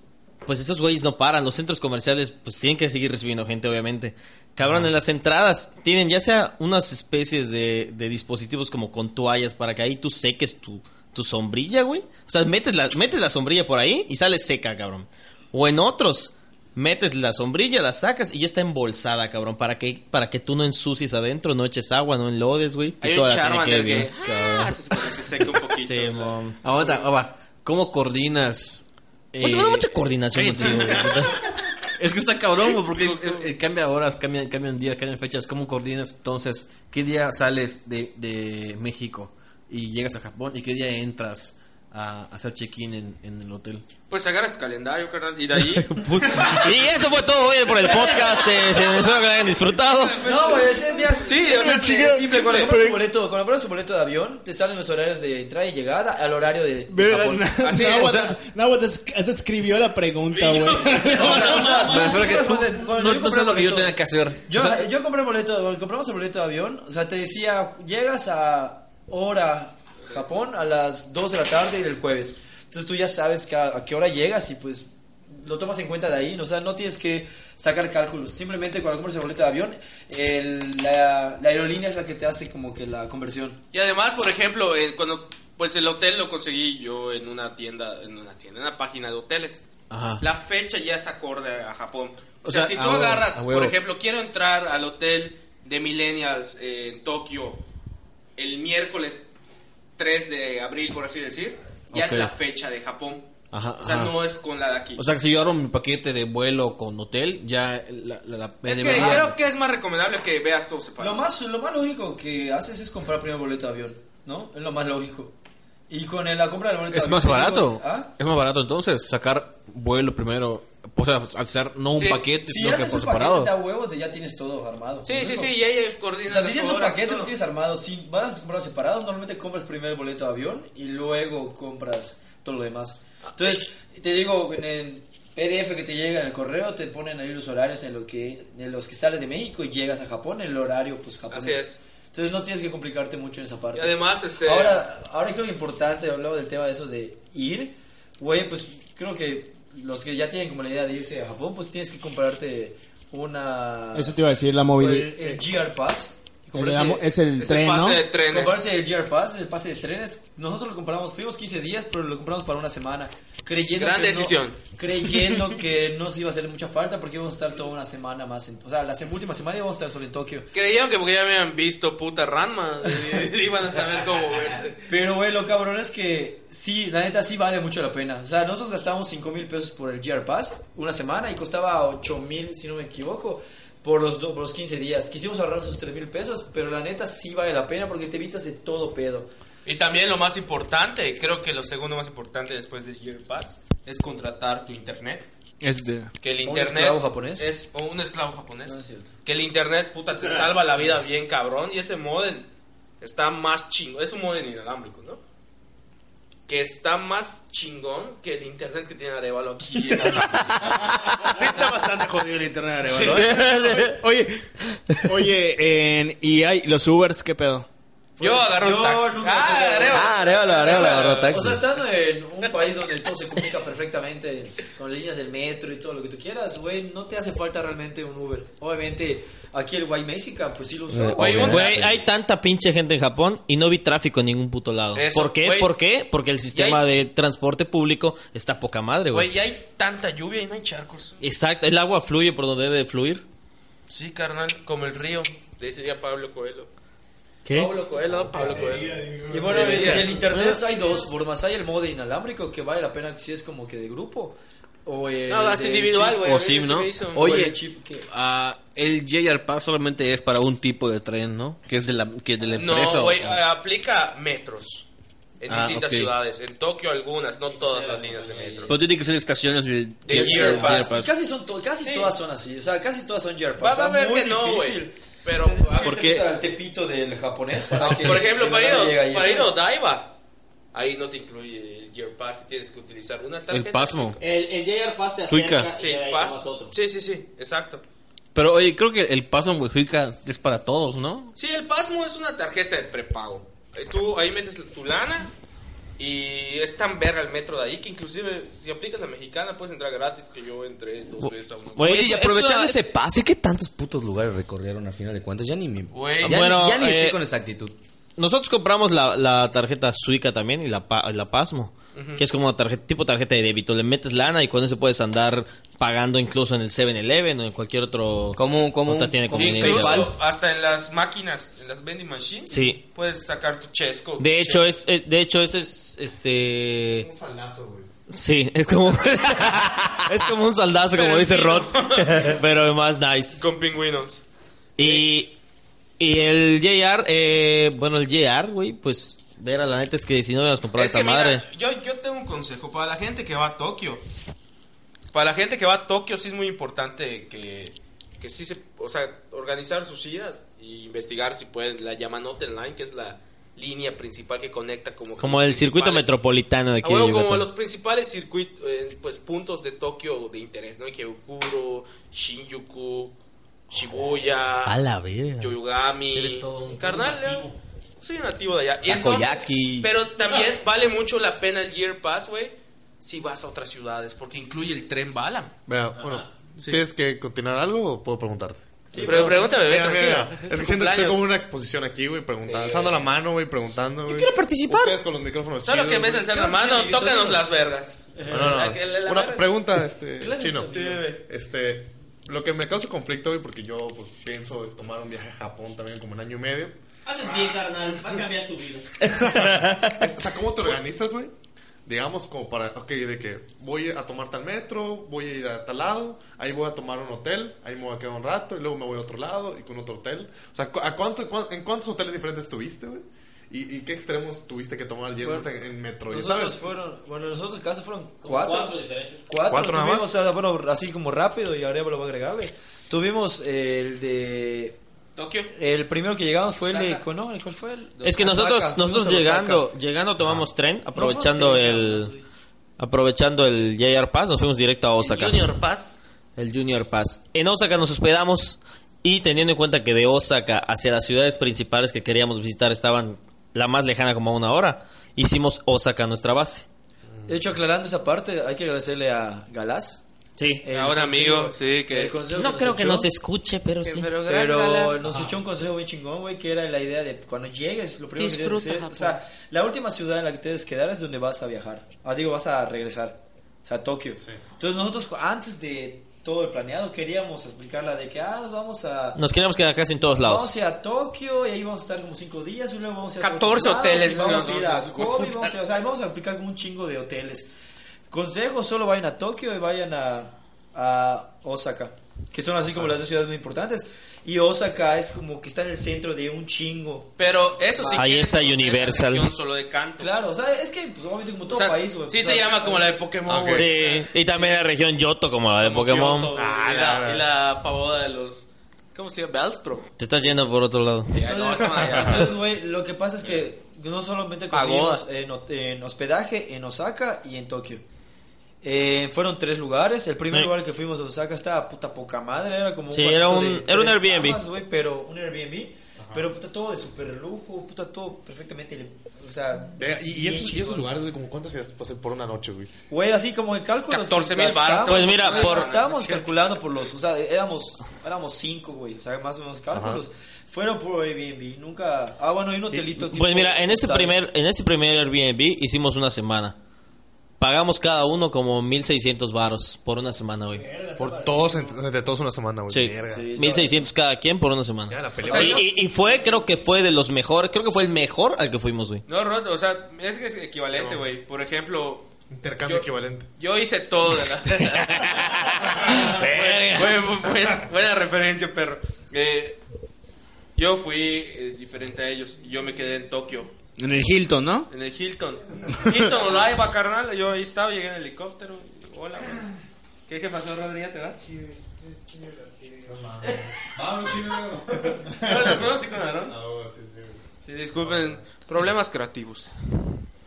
pues esos güeyes no paran. Los centros comerciales, pues tienen que seguir recibiendo gente, obviamente. Cabrón, en las entradas tienen ya sea unas especies de, de dispositivos como con toallas para que ahí tú seques tu, tu sombrilla, güey. O sea, metes la, metes la sombrilla por ahí y sale seca, cabrón. O en otros, metes la sombrilla, la sacas y ya está embolsada, cabrón. Para que, para que tú no ensucies adentro, no eches agua, no enlodes, güey. Y
Hay un
toda la tiene
Charmander
que
que.
bien.
Ah, se supone que se seca un poquito.
Sí, mom.
Aguanta, aguanta. ¿Cómo coordinas? eh,
Bueno, no mucha coordinación
cállate,
contigo,
güey.
güey.
Es que está cabrón, güey, porque es- es- eh, cambia horas, cambian, cambian días, cambian fechas. ¿Cómo coordinas entonces? ¿Qué día sales de, de México y llegas a Japón? ¿Y qué día entras a, a hacer check-in en, en el hotel?
Pues agarras tu calendario, carnal, y de ahí.
Y eso fue todo hoy por el podcast. eh, se- espero que lo hayan disfrutado.
No, güey, ese día
Sí,
es
o sea,
simple,
chingada,
simple,
simple.
Cuando compras tu boleto, cuando compras tu boleto de avión, te salen los horarios de entrada y llegada al horario de, de Japón.
Así
es.
pues,
Nahua, Nahua des- se escribió la pregunta, güey.
Me refiero a que tú- no, no sé lo que yo tenía que hacer.
Yo,
O sea,
yo compré el boleto, cuando compramos el boleto de avión, o sea, te decía, llegas a hora Japón a las 2 de la tarde del jueves. Entonces tú ya sabes que a, a qué hora llegas y pues lo tomas en cuenta de ahí, ¿no? o sea, no tienes que sacar cálculos. Simplemente cuando compras el boleto de avión, el- la, la aerolínea es la que te hace como que la conversión.
Y además, por ejemplo, eh, cuando pues el hotel lo conseguí yo en una tienda, en una tienda, en una página de hoteles.
Ajá.
La fecha ya es acorde a Japón. O,
O
sea,
sea,
si tú
a huevo,
agarras,
a huevo.
por ejemplo, quiero entrar al hotel de Millennials eh, en Tokio el miércoles 3 de abril, por así decir, ya
Ok.
es la fecha de Japón.
Ajá,
O sea,
ajá.
no es con la de aquí.
O sea, que si yo abro mi paquete de vuelo con hotel, ya la, la, la- me
es que
debería-
creo que es más recomendable que veas todo separado.
Lo más, lo más lógico que haces es comprar primero boleto de avión, ¿no? Es lo más lógico. Y con la compra del boleto de
Es
avión...
más barato.
¿Ah?
Es más barato entonces sacar vuelo primero. O sea, hacer no un
Sí.
paquete,
si
sino que
haces
por
un paquete
separado.
de huevos, ya tienes todo armado.
Sí,
¿no?
sí, sí, y ahí coordinas
O sea,
las
si tienes un
horas y
paquete,
todo.
lo tienes armado. Si vas a comprar separado, normalmente compras primero el boleto de avión y luego compras todo lo demás. Entonces, te digo, en el PDF que te llega en el correo, te ponen ahí los horarios en los que, en los que sales de México y llegas a Japón, el horario, pues, japonés.
Así es.
Entonces no tienes que complicarte mucho en esa parte.
Y además, este-
Ahora, ahora creo que importante, hablaba del tema de eso de ir. Güey, pues creo que los que ya tienen como la idea de irse a Japón, pues tienes que comprarte una...
Eso te iba a decir, la movilidad.
El, el GR Pass.
eh, El de la mo- es el Es el tren, pase ¿no? de trenes.
Comprarte el GR Pass, el pase de trenes. Nosotros lo compramos, fuimos 15 días, pero lo compramos para una semana. Creyendo
Gran
que no-
decisión.
creyendo que no se iba a hacer mucha falta porque íbamos a estar toda una semana más. en- o sea, la se- última semana íbamos a estar solo en Tokio.
Creyeron que porque ya habían visto puta Ranma, iban a saber cómo moverse.
Pero, güey, lo cabrón es que sí, la neta sí vale mucho la pena. O sea, nosotros gastábamos 5 mil pesos por el GR Pass una semana y costaba 8 mil, si no me equivoco, por los, do- por los 15 días. Quisimos ahorrar esos 3 mil pesos, pero la neta sí vale la pena porque te evitas de todo pedo.
Y también lo más importante, creo que lo segundo más importante después del Year Pass es contratar tu internet.
Este.
Que el
¿O un
internet
esclavo japonés? Ah,
es o un esclavo japonés.
No es cierto.
Que el internet puta te salva la vida bien cabrón y ese modem está más chingón, es un modem inalámbrico, ¿no? Que está más chingón que el internet que tiene Arevalo aquí en la
Sí, está bastante jodido el internet de Arevalo.
¿eh?
oye, oye, en- y hay los Ubers, ¿qué pedo?
Yo agarro un taxi. Ah,
Ah, Arevalo, Arevalo, agarró taxi.
O sea, estando en un país donde todo se comunica perfectamente con líneas del metro y todo lo que tú quieras, güey, no te hace falta realmente un Uber. Obviamente, aquí el Guay Mexica, pues sí lo usó.
Eh.
Güey, güey, hay tanta pinche gente en Japón y no vi tráfico en ningún puto lado.
Eso,
¿Por qué?
güey.
¿Por qué? Porque el sistema de transporte público está poca madre,
Güey,
güey.
ya hay tanta lluvia y no hay charcos.
Exacto, el agua fluye por donde debe de fluir.
Sí, carnal, como el río, decía Pablo Coelho.
¿Qué?
Pablo Coelho, Pablo Coelho. Eh,
Y bueno, en
Decía. Ah.
el internet hay dos formas. Hay el modo inalámbrico que vale la pena si es como que de grupo. O el
No, es
de
individual,
chip.
güey.
O sim, ¿no?
O
Oye,
el chip que-
ah, el JR Pass solamente es para un tipo de tren, ¿no? Que es de la, que es de la empresa.
No,
¿o?
güey, eh, aplica metros en
Ah,
distintas
ok. Pues,
ciudades. En Tokio algunas, no todas las líneas de metro.
Pero tiene que ser estaciones de,
De Year Pass.
Casi, son to- casi todas son así. O sea, casi todas son Year Pass.
Vas a
Está
ver
muy
que no,
difícil.
güey. Pero, ah,
¿Por qué? El tepito del japonés. Para que
por ejemplo,
que
para ir,
no llega
a-
ahí.
para ir a Odaiba, ahí no te incluye el Gear Pass y tienes que utilizar una tarjeta.
Pasmo.
El, el JR Pass te
Suica.
acerca y
Sí,
te da
Pass.
más otro.
Sí, sí, sí, exacto.
Pero oye, creo que el Pass en Huejuica es para todos, ¿no?
Sí, el Pasmo es una tarjeta de prepago. Eh, Tú ahí metes tu lana y es tan verga el metro de ahí que inclusive si aplicas la mexicana puedes entrar gratis que yo entré dos veces a una.
Güey, y
eso-
aprovechando
eso-
ese pase, ¿qué tantos putos lugares recorrieron al final de cuentas? Ya ni me.
Güey.
ya,
Bueno,
ya ni sé
eh,
con exactitud.
Nosotros compramos la, la tarjeta Suica también y la, pa- la Pasmo,
Ujú.
que es como tarjeta, tipo tarjeta de débito. Le metes lana y con eso puedes andar pagando incluso en el 7-Eleven o en cualquier otro. ¿Cómo? Otra tiene conveniencia.
Incluso hasta en las máquinas, en las vending machines,
Sí.
puedes sacar tu chesco.
De hecho, es, es- de hecho, ese es este.
un salazo, güey.
Sí, es como. es como un saldazo, como
Pero
dice
sí,
Rod. pero más nice.
Con pingüinos.
Y, y el JR, eh, bueno, el JR, güey, pues, ver a la neta es que si no me vas a comprar
Es
esa
que mira,
madre.
yo, yo tengo un consejo para la gente que va a Tokio. Para la gente que va a Tokio sí es muy importante que, que sí se, o sea, organizar sus idas y investigar si pueden la Yamanote Line, que es la línea principal que conecta como que
Como
los
el circuito
principales-
metropolitano de
Ah,
aquí
bueno,
de
como
Yucatán.
los principales circuitos, pues puntos de Tokio de interés, ¿no? Ikebukuro, Shinjuku, Shibuya,
A la verga.
Yoyogami. Carnal, yo soy un nativo de allá. Y entonces,
Takoyaki.
pero también vale mucho la pena el Year Pass, güey, si vas a otras ciudades, porque incluye el tren Balam.
Mira, bueno, ¿tienes que continuar algo o puedo preguntarte?
Sí, pero pregúntame, bebé,
Mira, mira,
tranquila.
Es que
Tu
siento que estoy
cumpleaños.
como en una exposición aquí, güey, preguntando,
Sí,
alzando
güey.
la mano, güey, preguntando, güey.
quiero participar.
Ustedes con los micrófonos
Solo
chidos,
que me
güey.
alzan la mano, tócanos las vergas.
No, no, no.
La- la- la
Una
verga.
pregunta, este,
Claro,
chino.
sí, bebé.
Este, lo que me causa conflicto, güey, porque yo, pues, pienso tomar un viaje a Japón también como en año y medio.
Haces bien, carnal. Va a cambiar tu vida.
Es- o sea, ¿cómo te organizas, güey? digamos, como para, ok, de que voy a tomar tal metro, voy a ir a tal lado, ahí voy a tomar un hotel, ahí me voy a quedar un rato y luego me voy a otro lado y con otro hotel. O sea, ¿cu- ¿a cuánto, cuán- ¿en cuántos hoteles diferentes estuviste, güey? ¿Y, y qué extremos tuviste que tomar yéndote en, en metro? Ya
Nosotros
sabes?
fueron, bueno, nosotros casi fueron cuatro.
cuatro diferentes.
Cuatro,
¿Cuatro nada
tuvimos,
más?
o sea, bueno, así como rápido y ahora ya lo voy a agregarle. Tuvimos eh, el de...
Tokio.
El primero que llegamos fue el de... ¿no? ¿Cuál fue el?
Es que nosotros,
Osaka.
nosotros
Fuimos a Osaka.
llegando, llegando tomamos tren, aprovechando el aprovechando el JR Pass, nos fuimos directo a Osaka. El Junior
Pass.
El Junior Pass. En Osaka nos hospedamos y teniendo en cuenta que de Osaka hacia las ciudades principales que queríamos visitar estaban la más lejana como a una hora, hicimos Osaka nuestra base.
De hecho, aclarando esa parte, hay que agradecerle a Galás.
Sí,
A un amigo, sí, que-
No creo que nos escuche, pero sí.
Pero,
gracias, Galás.
nos echó un consejo bien chingón, güey, que era la idea de cuando llegues, lo primero que tienes que
Disfruta
hacer. O sea, la última ciudad en la que te debes quedar es donde vas a viajar. Ah, digo, vas a regresar. O sea, Tokio. Entonces, nosotros, antes de todo el planeado, queríamos explicarla de que, ah, nos vamos a.
Nos queríamos quedar casi en todos lados.
Vamos a ir a Tokio y ahí vamos a estar como 5 días y luego vamos a ir a
14
otros lados,
hoteles,
y Vamos a ir
no,
a
no,
Kobe, vamos a, o sea, vamos a aplicar como un chingo de hoteles. Consejos, solo vayan a Tokio y vayan a, a Osaka, que son así como las dos ciudades muy importantes. Y Osaka es como que está en el centro de un chingo.
Pero eso sí
Ahí
que-
está Universal.
región solo de canto.
Claro, o sea, es que pues, obviamente como todo
O sea,
país, güey.
sí
o
se
sea,
llama como la de Pokémon, güey.
Sí, y también la región Yoto como la de Pokémon.
Kyoto, güey,
Ah,
y,
la-
la, y la pavoda de los. ¿Cómo se llama? Bellspro.
Te estás yendo por otro lado.
Entonces, entonces, güey, lo que pasa es que no solamente conseguimos
Pagoda.
en, hot- en hospedaje en Osaka y en Tokio. Eh, fueron tres lugares. El primer
Sí.
lugar que fuimos a Osaka estaba puta poca madre. Era como
Sí, era
cuartito
un-
de
era un
tres
Airbnb.
camas, güey, pero un Airbnb. Pero puta todo de super lujo, puta todo perfectamente. le- O sea,
Vea, Y, y
bien
esos, y esos
chingón.
lugares, güey, como cuántas ideas pasé por una noche, güey.
Güey, así como en cálculos.
14,000
gastamos,
baros. Pues mira,
güey,
por-
Estábamos calculando por los. O sea, éramos, éramos cinco, güey. O sea, más o menos cálculos. Fueron por Airbnb. Nunca. Ah, bueno, y un hotelito. tipo
Pues mira, en ese
hostal.
primer, en ese primer Airbnb hicimos una semana. Pagamos cada uno como 1600 varos por una semana, güey.
Por todos, ent- entre todos una semana, güey.
Sí,
Verga.
1600 cada quien por una semana.
Ya, la
y,
pelea. O sea, yo-
y- y fue, creo que fue de los mejores, creo que fue el mejor al que fuimos, güey.
No, Rod, o sea, es que es equivalente, güey. Por ejemplo.
Intercambio
yo-
equivalente.
Yo hice todo de la. Buen- buen- buen- buena, referencia, perro. Eh, yo fui eh, diferente a ellos. Yo me quedé en Tokio.
En el Hilton, ¿no?
En el Hilton. Hilton Odaiba, carnal. Yo ahí estaba, llegué en helicóptero. Hola, güey. ¿Qué, ¿Qué pasó, Rodríguez? ¿Te vas? Sí, Ah, ¿No las podemos ir con Aarón? Sí, disculpen. Problemas creativos.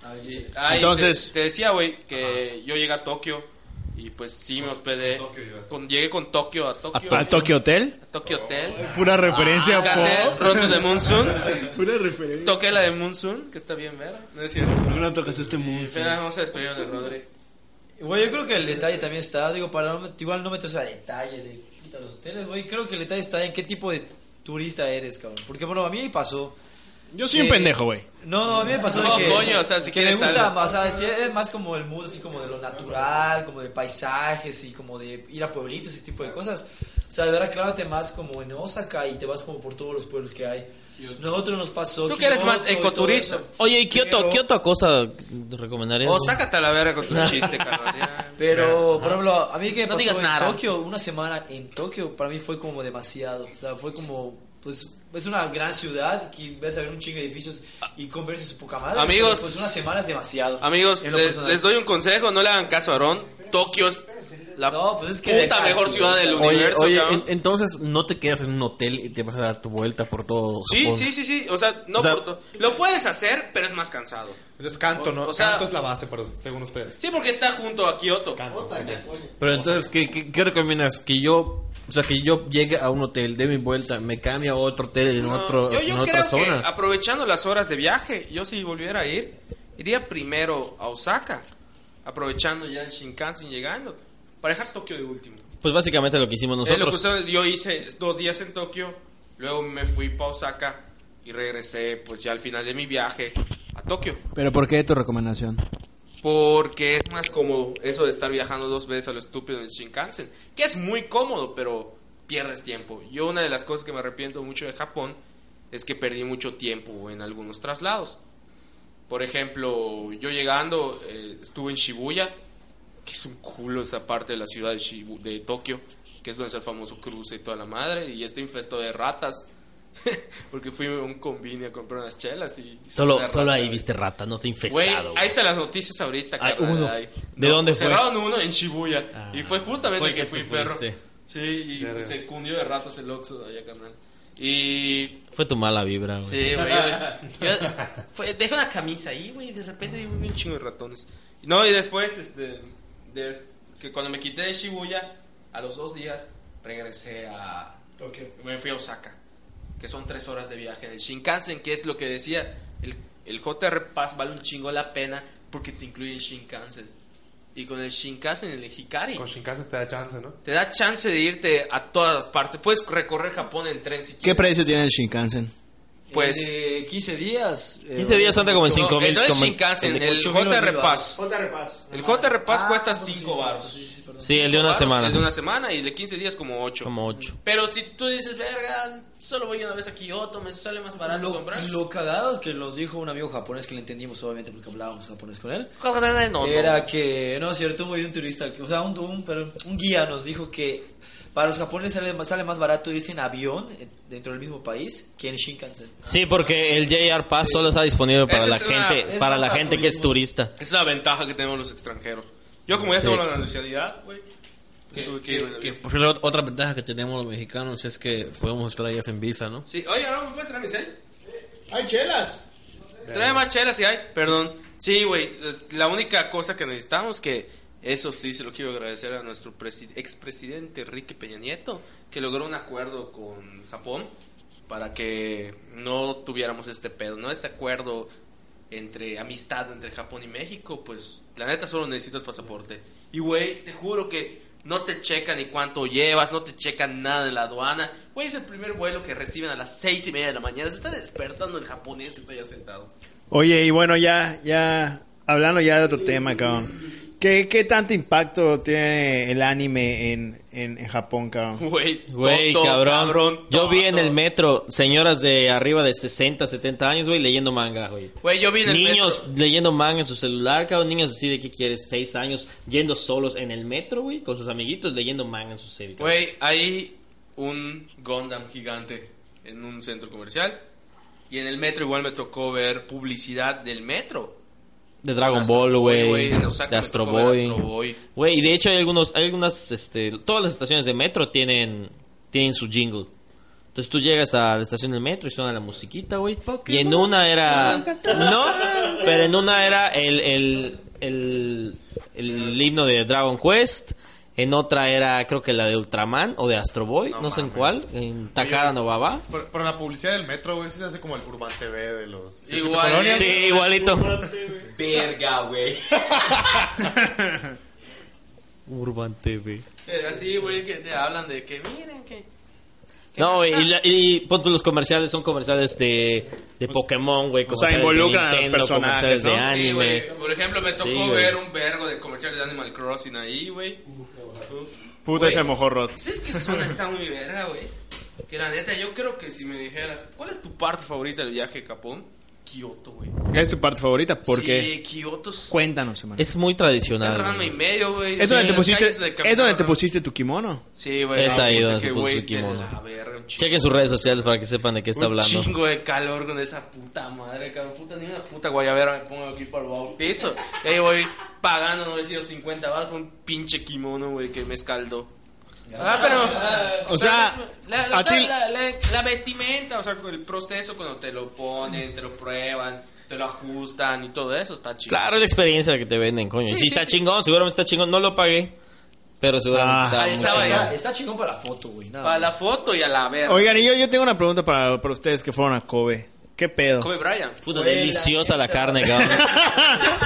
Ah, y
Entonces-
Te, te decía, güey, que yo llegué a Tokio. Y pues sí, me hospedé. Con- llegué con Tokio a Tokio.
¿Al Tokyo Hotel?
A Tokio Hotel.
Pura referencia,
Ah, gané
po.
Roto de Monsoon.
Pura referencia.
Toqué la de Monsoon, que está bien, ¿verdad? No es cierto.
No, no tocas este mundo.
Espera, vamos a despedirnos de Rodri.
Güey, yo creo que el detalle también está, digo, para no, igual no meterse a detalle de quita los hoteles, güey, creo que el detalle está en qué tipo de turista eres, cabrón. Porque, bueno, a mí me pasó.
Yo soy un
Eh,
pendejo, güey.
No, no, a mí me pasó
No,
de que.
coño, o sea, si
que
quieres
Me gusta
algo.
más, o sea, sí, es más como el mood, así como de lo natural, como de paisajes y como de ir a pueblitos y ese tipo de cosas. O sea, de verdad, clávate más como en Osaka y te vas como por todos los pueblos que hay. Nosotros nos pasó.
Tú que eres más
Kioto y todo
ecoturista.
eso.
Oye, ¿y qué, otra- qué otra cosa recomendarías?
O Oh,
güey?
sácate a la verga con tu chiste, carnal. ya.
Pero, por ejemplo, a mí que me
No
pasó
digas
en
nada.
Tokio, una semana en Tokio, para mí fue como demasiado. O sea, fue como, pues, es una gran ciudad que ves a ver un chingo de edificios y conversa su poca madre.
Amigos.
pero, pues una semana es demasiado.
Amigos,
En lo
les,
personal.
les doy un consejo, no le hagan caso a Aarón. Tokio es la
que de
puta
acá,
mejor
tío.
ciudad del
Oye,
universo,
oye,
cabrón.
en- entonces no te quedas en un hotel y te vas a dar tu vuelta por todo
Sí,
Japón.
sí, sí, sí. O sea, no
O sea-
por to- Lo puedes hacer, pero es más cansado.
Entonces canto, ¿no?
O- o sea-
canto es la base, pero según ustedes.
Sí, porque está junto a Kioto.
Pero entonces, ¿qué, qué, qué recomiendas? Que yo, o sea, que yo llegue a un hotel, dé mi vuelta, me cambie a otro hotel en,
No,
otro,
yo yo
en
creo
otra
que
zona.
aprovechando las horas de viaje, yo si volviera a ir, iría primero a Osaka, aprovechando ya el Shinkansen llegando, para dejar Tokio de último.
Pues básicamente lo que hicimos
Es lo que
nosotros.
ustedes- yo hice dos días en Tokio, luego me fui para Osaka y regresé pues ya al final de mi viaje a Tokio.
Pero ¿por qué tu recomendación?
Porque es más cómodo eso de estar viajando dos veces a lo estúpido en el Shinkansen, que es muy cómodo, pero pierdes tiempo. Yo una de las cosas que me arrepiento mucho de Japón es que perdí mucho tiempo en algunos traslados. Por ejemplo, yo llegando, eh, estuve en Shibuya, que es un culo esa parte de la ciudad de, Shibu- de Tokio, que es donde está el famoso cruce y toda la madre, y está infestado de ratas. Porque fui a un convini a comprar unas chelas y...
Solo,
de
solo
ratas.
ahí viste rata, no se
Güey,
infestado.
ahí están las noticias ahorita,
Hay
carnal,
uno.
ahí.
¿De dónde fue?
pues, Cerraron uno en Shibuya.
Ah,
y fue justamente
fue
que,
que
fui
tú
perro.
fuiste.
Sí, y
Verga.
se cundió de ratas el Oxxo allá, carnal. Y
Fue tu mala vibra, güey.
Sí, güey. yo- yo- fue- dejé una camisa ahí, güey, y de repente digo, vi un chingo de ratones. No, y después, este, des- que cuando me quité de Shibuya, a los dos días regresé a... Me fui a Osaka, que son tres horas de viaje en el Shinkansen, que es lo que decía, el, el JR Pass vale un chingo la pena porque te incluye el Shinkansen. Y con el Shinkansen, el Hikari,
Con Shinkansen te da chance, ¿no?
te da chance de irte a todas las partes. Puedes recorrer Japón en tren si
¿Qué
quieres.
precio tiene el Shinkansen?
Pues...
15 días. eh,
15 días anda como en 5 mil.
No, el Shinkansen, el JR Pass.
JR Pass.
El JR Pass cuesta
pues
5 baros.
Sí, el de una
Baros,
semana.
El de una semana y el de 15 días como 8.
Como ocho.
Pero si tú dices, verga, solo voy una vez a Kioto, me sale más barato
Lo,
comprar.
lo cagado es que nos dijo un amigo japonés que le entendimos obviamente porque hablábamos japonés con él.
no,
era
no.
que, no es cierto, güey, un turista, o sea, un, un- pero un guía nos dijo que para los japoneses sale, más- sale más barato irse en avión eh, dentro del mismo país que en Shinkansen.
Sí, porque el JR Pass solo está disponible para
Esa
la
es una-
gente,
es
para la
baja
gente que es turista.
Es la ventaja que tenemos los extranjeros. Yo como ya
Sí.
tengo la nacionalidad, güey. pues tuve que irme en avión.
Por ejemplo, otra ventaja que tenemos los mexicanos es que podemos estar ahí en visa, ¿no?
Sí, oye, ahora me puedes traer mi cel.
Hay chelas.
Trae más chelas si hay, perdón. Sí, güey, es- la única cosa que necesitamos que eso sí se lo quiero agradecer a nuestro presi- expresidente Enrique Peña Nieto, que logró un acuerdo con Japón para que no tuviéramos este pedo, ¿no? Este acuerdo entre amistad entre Japón y México, pues la neta solo necesitas pasaporte. Y güey, te juro que no te checan ni cuánto llevas, no te checan nada en la aduana. Güey, es el primer vuelo que reciben a las seis y media de la mañana. Se está despertando el japonés que está ya sentado.
Oye, y bueno, ya, ya, hablando ya de otro tema, cabrón. ¿Qué, qué tanto impacto tiene el anime en, en, en Japón, cabrón?
Güey,
Güey,
Toto,
cabrón. Yo vi en el metro señoras de arriba de 60, 70 años, güey, leyendo manga, güey.
Güey, yo vi en el
Niños leyendo manga en su celular, cabrón. Niños así de que quieres, 6 años, yendo solos en el metro, güey, con sus amiguitos leyendo manga en su celular.
Güey, hay un Gundam gigante en un centro comercial. Y en el metro igual me tocó ver publicidad del metro.
De Dragon Ball, güey.
güey, en Osaka
De
me
Astro
tocó ver
Boy.
Astro Boy.
Güey, y de hecho hay algunos, hay algunas, este, todas las estaciones de metro tienen, tienen su jingle. Entonces tú llegas a la estación del metro y suena la musiquita, güey. Y en una era, no, pero en una era el, el, el, el himno de Dragon Quest. En otra era, creo que la de Ultraman o de Astro Boy, no, sé en cuál. En Takara Novaba.
Pero, pero la publicidad del metro, güey, sí se hace como el Urban TV de los...
Igual.
Colonia.
Sí, igualito.
Verga, güey.
Urban TV.
Eh, Así, güey, que te hablan de que miren que...
No, güey, y, la- y pon tú los comerciales son comerciales de, de Pokémon, güey.
Pues, o sea,
comerciales de
involucran a los
Nintendo,
personajes,
comerciales de
¿no?
anime.
Sí, güey. Por ejemplo, me tocó
Sí, güey.
ver un vergo de comerciales de Animal Crossing ahí, güey.
Puta,
Güey,
ese mejor Rod.
¿Sabes qué zona está muy verga, güey? Que la neta, yo creo que si me dijeras, ¿cuál es tu parte favorita del viaje a Japón? Kioto, güey.
¿Es tu parte favorita? ¿Por
Sí,
qué?
Kioto es
Cuéntanos, hermano.
Es muy tradicional.
un ramo y medio, güey.
¿Es
Sí,
donde, te
las
pusiste,
calles de
¿Es donde
Capitán
te pusiste tu kimono?
Sí, güey.
Es
no,
ahí
pues,
donde
es
se
que,
puso
güey,
su kimono.
de la verga, un chingo-
Chequen sus redes sociales para que sepan de qué está hablando.
Un chingo de calor con esa puta madre, cabrón. Puta, ni una puta guayabera me pongo aquí para el bautizo. Y ahí voy pagando 950 baros por un pinche kimono, güey, que me escaldó. Ah, pero.
O sea,
pero la, la-
a ti-
la- la- la vestimenta, o sea, con el proceso cuando te lo ponen, te lo prueban, te lo ajustan y todo eso está chido.
Claro, es la experiencia que te venden, coño.
Sí,
Sí,
sí,
está
sí.
chingón, seguramente está chingón. No lo pagué, pero
Ah.
seguramente
Ahí
está
estaba
muy chingón.
Está, está chingón para la foto, güey. nada
Para la
más.
foto y a la verga.
Oigan, y yo, yo tengo una pregunta para, para ustedes que fueron a Kobe. ¿Qué pedo?
Kobe Bryant.
Puta,
Güey, la
deliciosa la
neta.
carne, cabrón.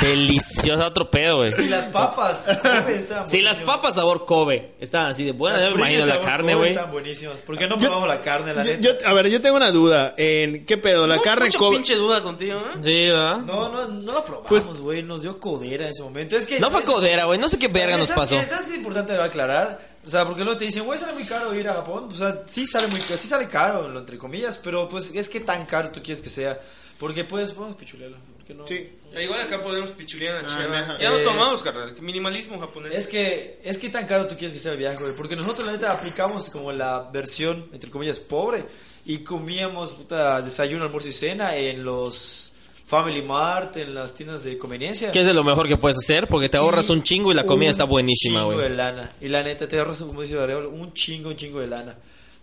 deliciosa, otro pedo, güey.
Y las papas. Kobe, estaban
Si las
buenísimas.
papas sabor Kobe estaban así de buenas,
Las
yo me imagino
Pringles
la
sabor
carne,
Kobe
güey.
Están buenísimas. ¿Por qué no
Yo-
probamos la carne, la
Yo-
neta?
yo- a ver, yo tengo una duda. ¿En qué pedo? ¿La carne
Mucha
Kobe?
pinche duda contigo, ¿eh?
Sí, ¿verdad?
No, no, no la probamos, güey. nos dio codera en ese momento. Es que
Pues No fue
es-
codera, güey. No sé qué verga nos
¿Sabes
pasó.
qué? ¿Sabes qué es importante aclarar? O sea, porque luego te dicen, güey, sale muy caro ir a Japón. O sea, sí sale muy caro, sí sale caro, lo entre comillas, pero pues es que tan caro tú quieres que sea. Porque puedes, podemos pichulearlo. que no.
Sí.
Igual acá podemos pichulear en la
Ah,
chela.
ajá.
Ya no
Eh,
tomamos, carnal. Minimalismo japonés.
Es que, es que tan caro tú quieres que sea el viaje, güey. Porque nosotros, la neta, aplicamos como la versión, entre comillas, pobre. Y comíamos, puta, desayuno, almuerzo y cena en los Family Mart, en las tiendas de conveniencia.
Que es de lo mejor que puedes hacer porque te ahorras un chingo y la comida
Un
está buenísima,
chingo
güey.
de lana. Y la neta, te ahorras, como dice Darío, un chingo, un chingo de lana.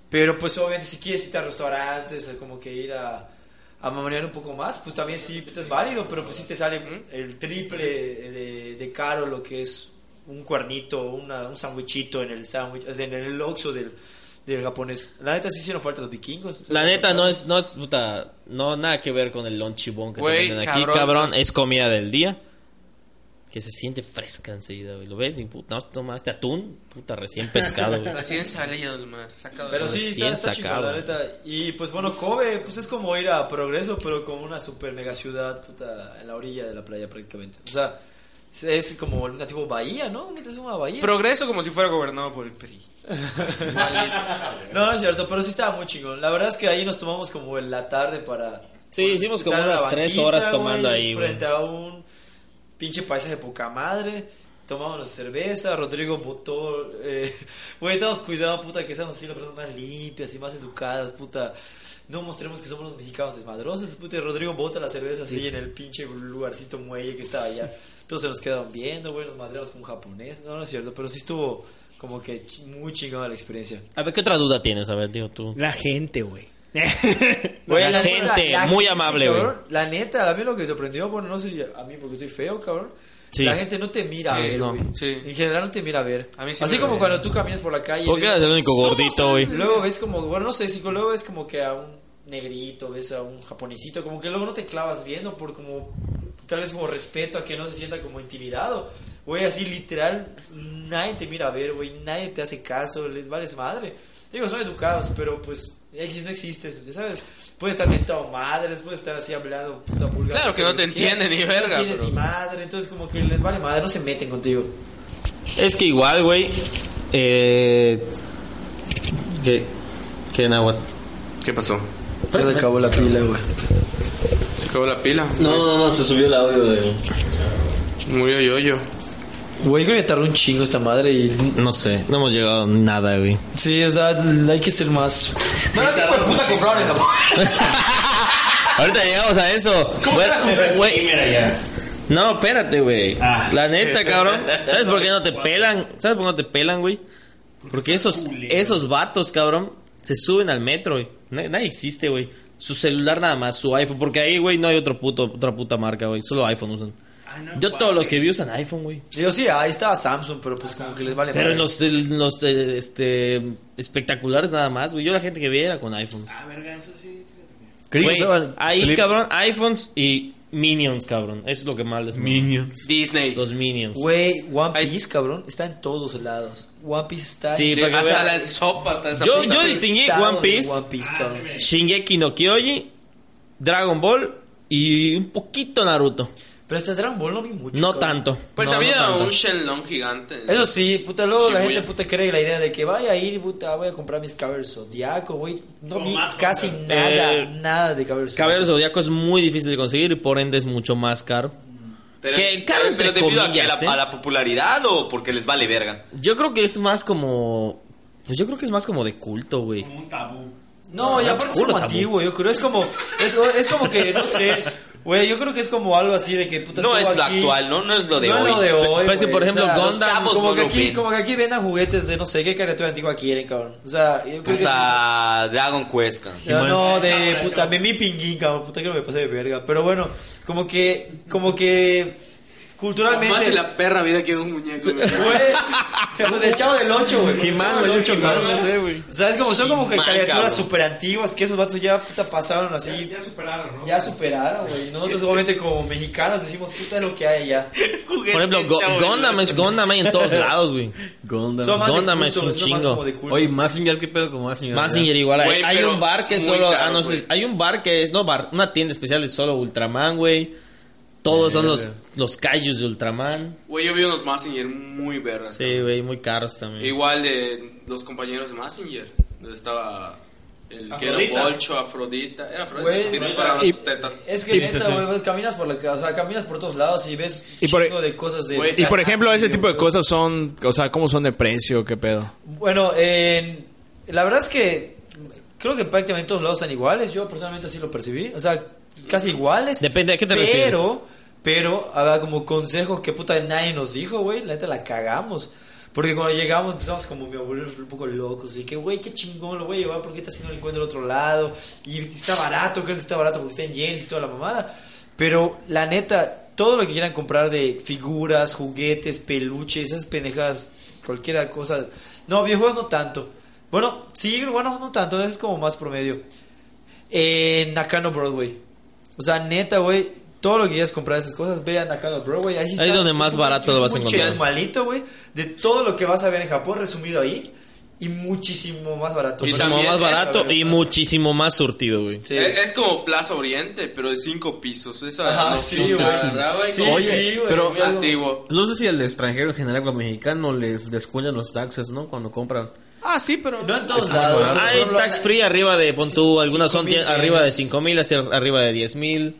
Pero pues obviamente si quieres ir a restaurantes, a como que ir a, a mamonear un poco más, pues también sí pues, es válido, pero pues sí te sale el triple de, de caro lo que es un cuernito, una- un sandwichito en el sándwich, o sea, en el Oxxo del, del japonés. La neta sí hicieron falta los vikingos.
La neta no es, no es puta, no nada que ver con el lonchibón que te
Güey,
venden aquí,
cabrón,
cabrón,
pues-
es comida del día que se siente fresca enseguida, güey. Lo ves y puta, no tomaste atún, puta recién pescado, güey.
Recién salido del mar. Sacado del
Pero
mar.
sí, está,
Recién
está chingón,
sacado.
la neta. Y pues bueno, Kobe, pues es como ir a Progreso, pero como una super mega ciudad, puta, en la orilla de la playa prácticamente. O sea, es- es como una tipo bahía, ¿no? Es una bahía.
Progreso como si fuera gobernado por el PRI.
No, no es cierto, pero sí estaba muy chingón. La verdad es que ahí nos tomamos como en la tarde para.
Sí,
para
hicimos como
estar en la
unas tres
banquita,
horas
güey,
tomando ahí, güey.
Frente a un pinche paisaje de poca madre. Tomábamos cerveza, Rodrigo botó. eh, Güey, estábamos cuidados, puta, que seamos así las personas más limpias y más educadas, puta. No mostremos que somos los mexicanos desmadrosos, puta. y Rodrigo bota la cerveza así
Sí.
en el pinche lugarcito muelle que estaba allá. Todos se nos quedaban viendo, güey, nos madreamos como un japonés. No, no es cierto, pero sí estuvo como que ch- muy chingada la experiencia.
A ver, ¿qué otra duda tienes? A ver, digo tú.
La gente, güey.
Güey,
la,
neta,
gente,
la
muy
gente,
amable, güey.
cabrón, La neta, a mí lo que me sorprendió, bueno, no sé a mí porque estoy feo, cabrón.
Sí.
La gente no te mira
Sí,
a ver,
no,
güey. En general no te mira a ver.
sí
Así
me
como
ve.
cuando tú caminas por la calle.
Porque
ves-
eres el único
Somos
gordito, güey.
Luego ves como, bueno, no sé, si luego ves como que a un negrito, ves a un japonesito, como que luego no te clavas viendo por como, tal vez como respeto a que no se sienta como intimidado. Güey, así literal, nadie te mira a ver, güey, nadie te hace caso, les vales madre. Digo, son educados, pero pues, X no existe, ¿sabes? Puedes estar mentado madres, puedes estar así hablando puta vulgar.
Claro que no te entienden ni verga,
No tienes
pero-
ni madre, entonces como que les vale madre, no se meten contigo.
Es que igual, güey. Eh, ¿Qué? ¿Qué, Nahuatl?
¿Qué pasó?
Ya se acabó la pila, güey.
Se acabó la pila.
No, no, no, se subió el audio de.
Murió yo, yo.
Güey, creo que tardó un chingo esta madre y.
No sé, no hemos llegado a nada, güey.
Sí, o sea, hay que ser más. Bueno, ¿qué hijo de puta compraron en Japón?
Ahorita llegamos a eso. Güey, güey. No, espérate, güey. la neta, cabrón. ¿Sabes por qué no te pelan? ¿Sabes por qué no te pelan, güey? Porque esos, esos vatos, cabrón, se suben al metro, güey. Na- Nadie existe, güey. Su celular nada más, su iPhone. Porque ahí, güey, no hay otro puto, otra puta marca, güey. Solo iPhone usan. Yo todos los que vi usan iPhone, güey.
Yo sí, ahí estaba Samsung, pero pues como que les vale
Pero en
madre.
los, en los, eh, este, espectaculares nada más, güey. Yo la gente que vi era con iPhone.
Ah, verga, eso sí.
Güey,
ah,
usaban
ahí,
flip.
cabrón, iPhones y Minions, cabrón. Eso es lo que más les Minions.
Disney.
Los Minions.
Güey, One Piece, cabrón, está en todos lados. One Piece está
Sí,
en
porque
hasta
vean-
la sopa. está esa
Yo,
puta
yo
madre.
distinguí
Estado
One
de
Piece,
One Piece, cabrón.
Shingeki no Kyoji, Dragon Ball y un poquito Naruto.
Pero este Dragon Ball no vi mucho.
No
cabrón.
tanto.
Pues
No,
había
no tanto.
un Shenlong gigante.
Eso sí, puta, luego la
Shibuya.
gente puta cree la idea de que vaya a ir, puta, voy a comprar mis cabellos zodiaco, güey. No vi casi nada,
Eh,
nada de cabellos
Caballero Zodíaco es muy difícil de conseguir y por ende es mucho más caro.
Pero,
Que caro
pero-
entre
pero debido a, que a
comillas,
la,
¿eh?
a la popularidad o porque les vale verga.
Yo creo que es más como. Pues yo creo que es más como de culto, güey.
Un tabú.
No, y
Ah,
aparte es
culo
como
tabú.
antiguo, yo creo. Es como, es, es como que, no sé, güey, yo creo que es como algo así de que puta.
No
tú
es lo
aquí-
actual, ¿no? No es lo de
no
hoy.
es lo de hoy.
Pero si,
güey,
por
o
ejemplo,
sea, los
Gundam,
chavos,
no
como que,
lo
aquí,
ven.
como que aquí vendan juguetes de no sé qué caricatura antigua quieren, cabrón. O sea, yo creo que sí es-
Puta Dragon Quest, cabrón.
no, no, de puta, me mi pinguín, cabrón, puta que no me pasé de verga. Pero bueno, como que, como que culturalmente.
Más en la perra vida quiero un muñeco. güey.
Güey, pues de Chavo del 8, güey.
He-Man,
Chavo del
güey,
Ocho,
He-Man,
cabrón.
no sé, güey.
O sea, es como, son como que
He-Man,
caricaturas
cabrón.
súper antiguas que esos vatos ya puta, pasaron así. Ya, superaron, ¿no? Ya superaron, güey. Y Nosotros, obviamente, como mexicanos, decimos puta es lo que hay allá.
Por ejemplo, Go- Gundam es Gundam hay en todos lados, güey.
Gondam.
Son más de Gundam es culto, un son más chingo. como de culto.
Oye, Massinger, ¿qué pedo con Massinger?
Mazinger igual. Hay,
Güey,
hay
pero
un bar que
muy
solo.
caro,
ah, no sé,
güey.
hay un bar que es. No, bar. Una tienda especial es solo Ultraman, güey. Todos son los,
Verga.
los callos de Ultraman.
Güey, yo vi unos Massinger muy vergas.
Sí, güey, muy caros también.
Igual de los compañeros de Massinger. Donde estaba El que
Afrodita.
era Bolcho, Afrodita. Era Afrodita.
Güey,
que disparaba
y-
sus tetas.
Es que neta, güey, pues, caminas por la ca- o sea, caminas por todos lados y ves
Y
un
por- e-,
chingo de cosas de
Y por ejemplo, ese tipo de cosas son, o sea, ¿cómo son de precio? ¿Qué pedo?
Bueno, en- la verdad es que creo que prácticamente todos lados están iguales. Yo personalmente así lo percibí. O sea, casi iguales. Depende, ¿a qué
te
pero,
refieres?
Pero, a ver, como consejos que puta nadie nos dijo, güey. La neta la cagamos. Porque cuando llegamos empezamos como mi abuelo un poco locos. Y que, güey, qué chingón lo voy a llevar. ¿Por qué está haciendo el encuentro al otro lado? Y está barato, crees que está barato porque está en yenes y toda la mamada. Pero la neta, todo lo que quieran comprar de figuras, juguetes, peluches, esas pendejadas, cualquier cosa. No, videojuegos no tanto. Bueno, sí, pero bueno, no tanto, eso es como más promedio. En Nakano Broadway. O sea, neta, güey, todo lo que quieras comprar esas cosas, ve a Nakano Broadway. Ahí,
Ahí es donde más barato lo vas a encontrar.
Es malito, güey, de todo lo que vas a ver en Japón resumido ahí y muchísimo más barato.
Muchísimo más barato y muchísimo más surtido, güey.
Es, es como Plaza Oriente, pero de cinco pisos. Esa
Ajá,
no
sí,
funciona,
güey.
¿verdad, güey?
Sí,
Oye,
sí, güey.
pero
Es algo-
antiguo.
No sé si al extranjero en general, como mexicano, les descuentan los taxes, ¿no? Cuando compran.
Ah, sí, pero.
No en
todos lados. Por
Hay
ejemplo,
tax free arriba de, pon tú, algunas son
5,000
tie- arriba de
yenes.
5 mil, hacia arriba de 10 mil.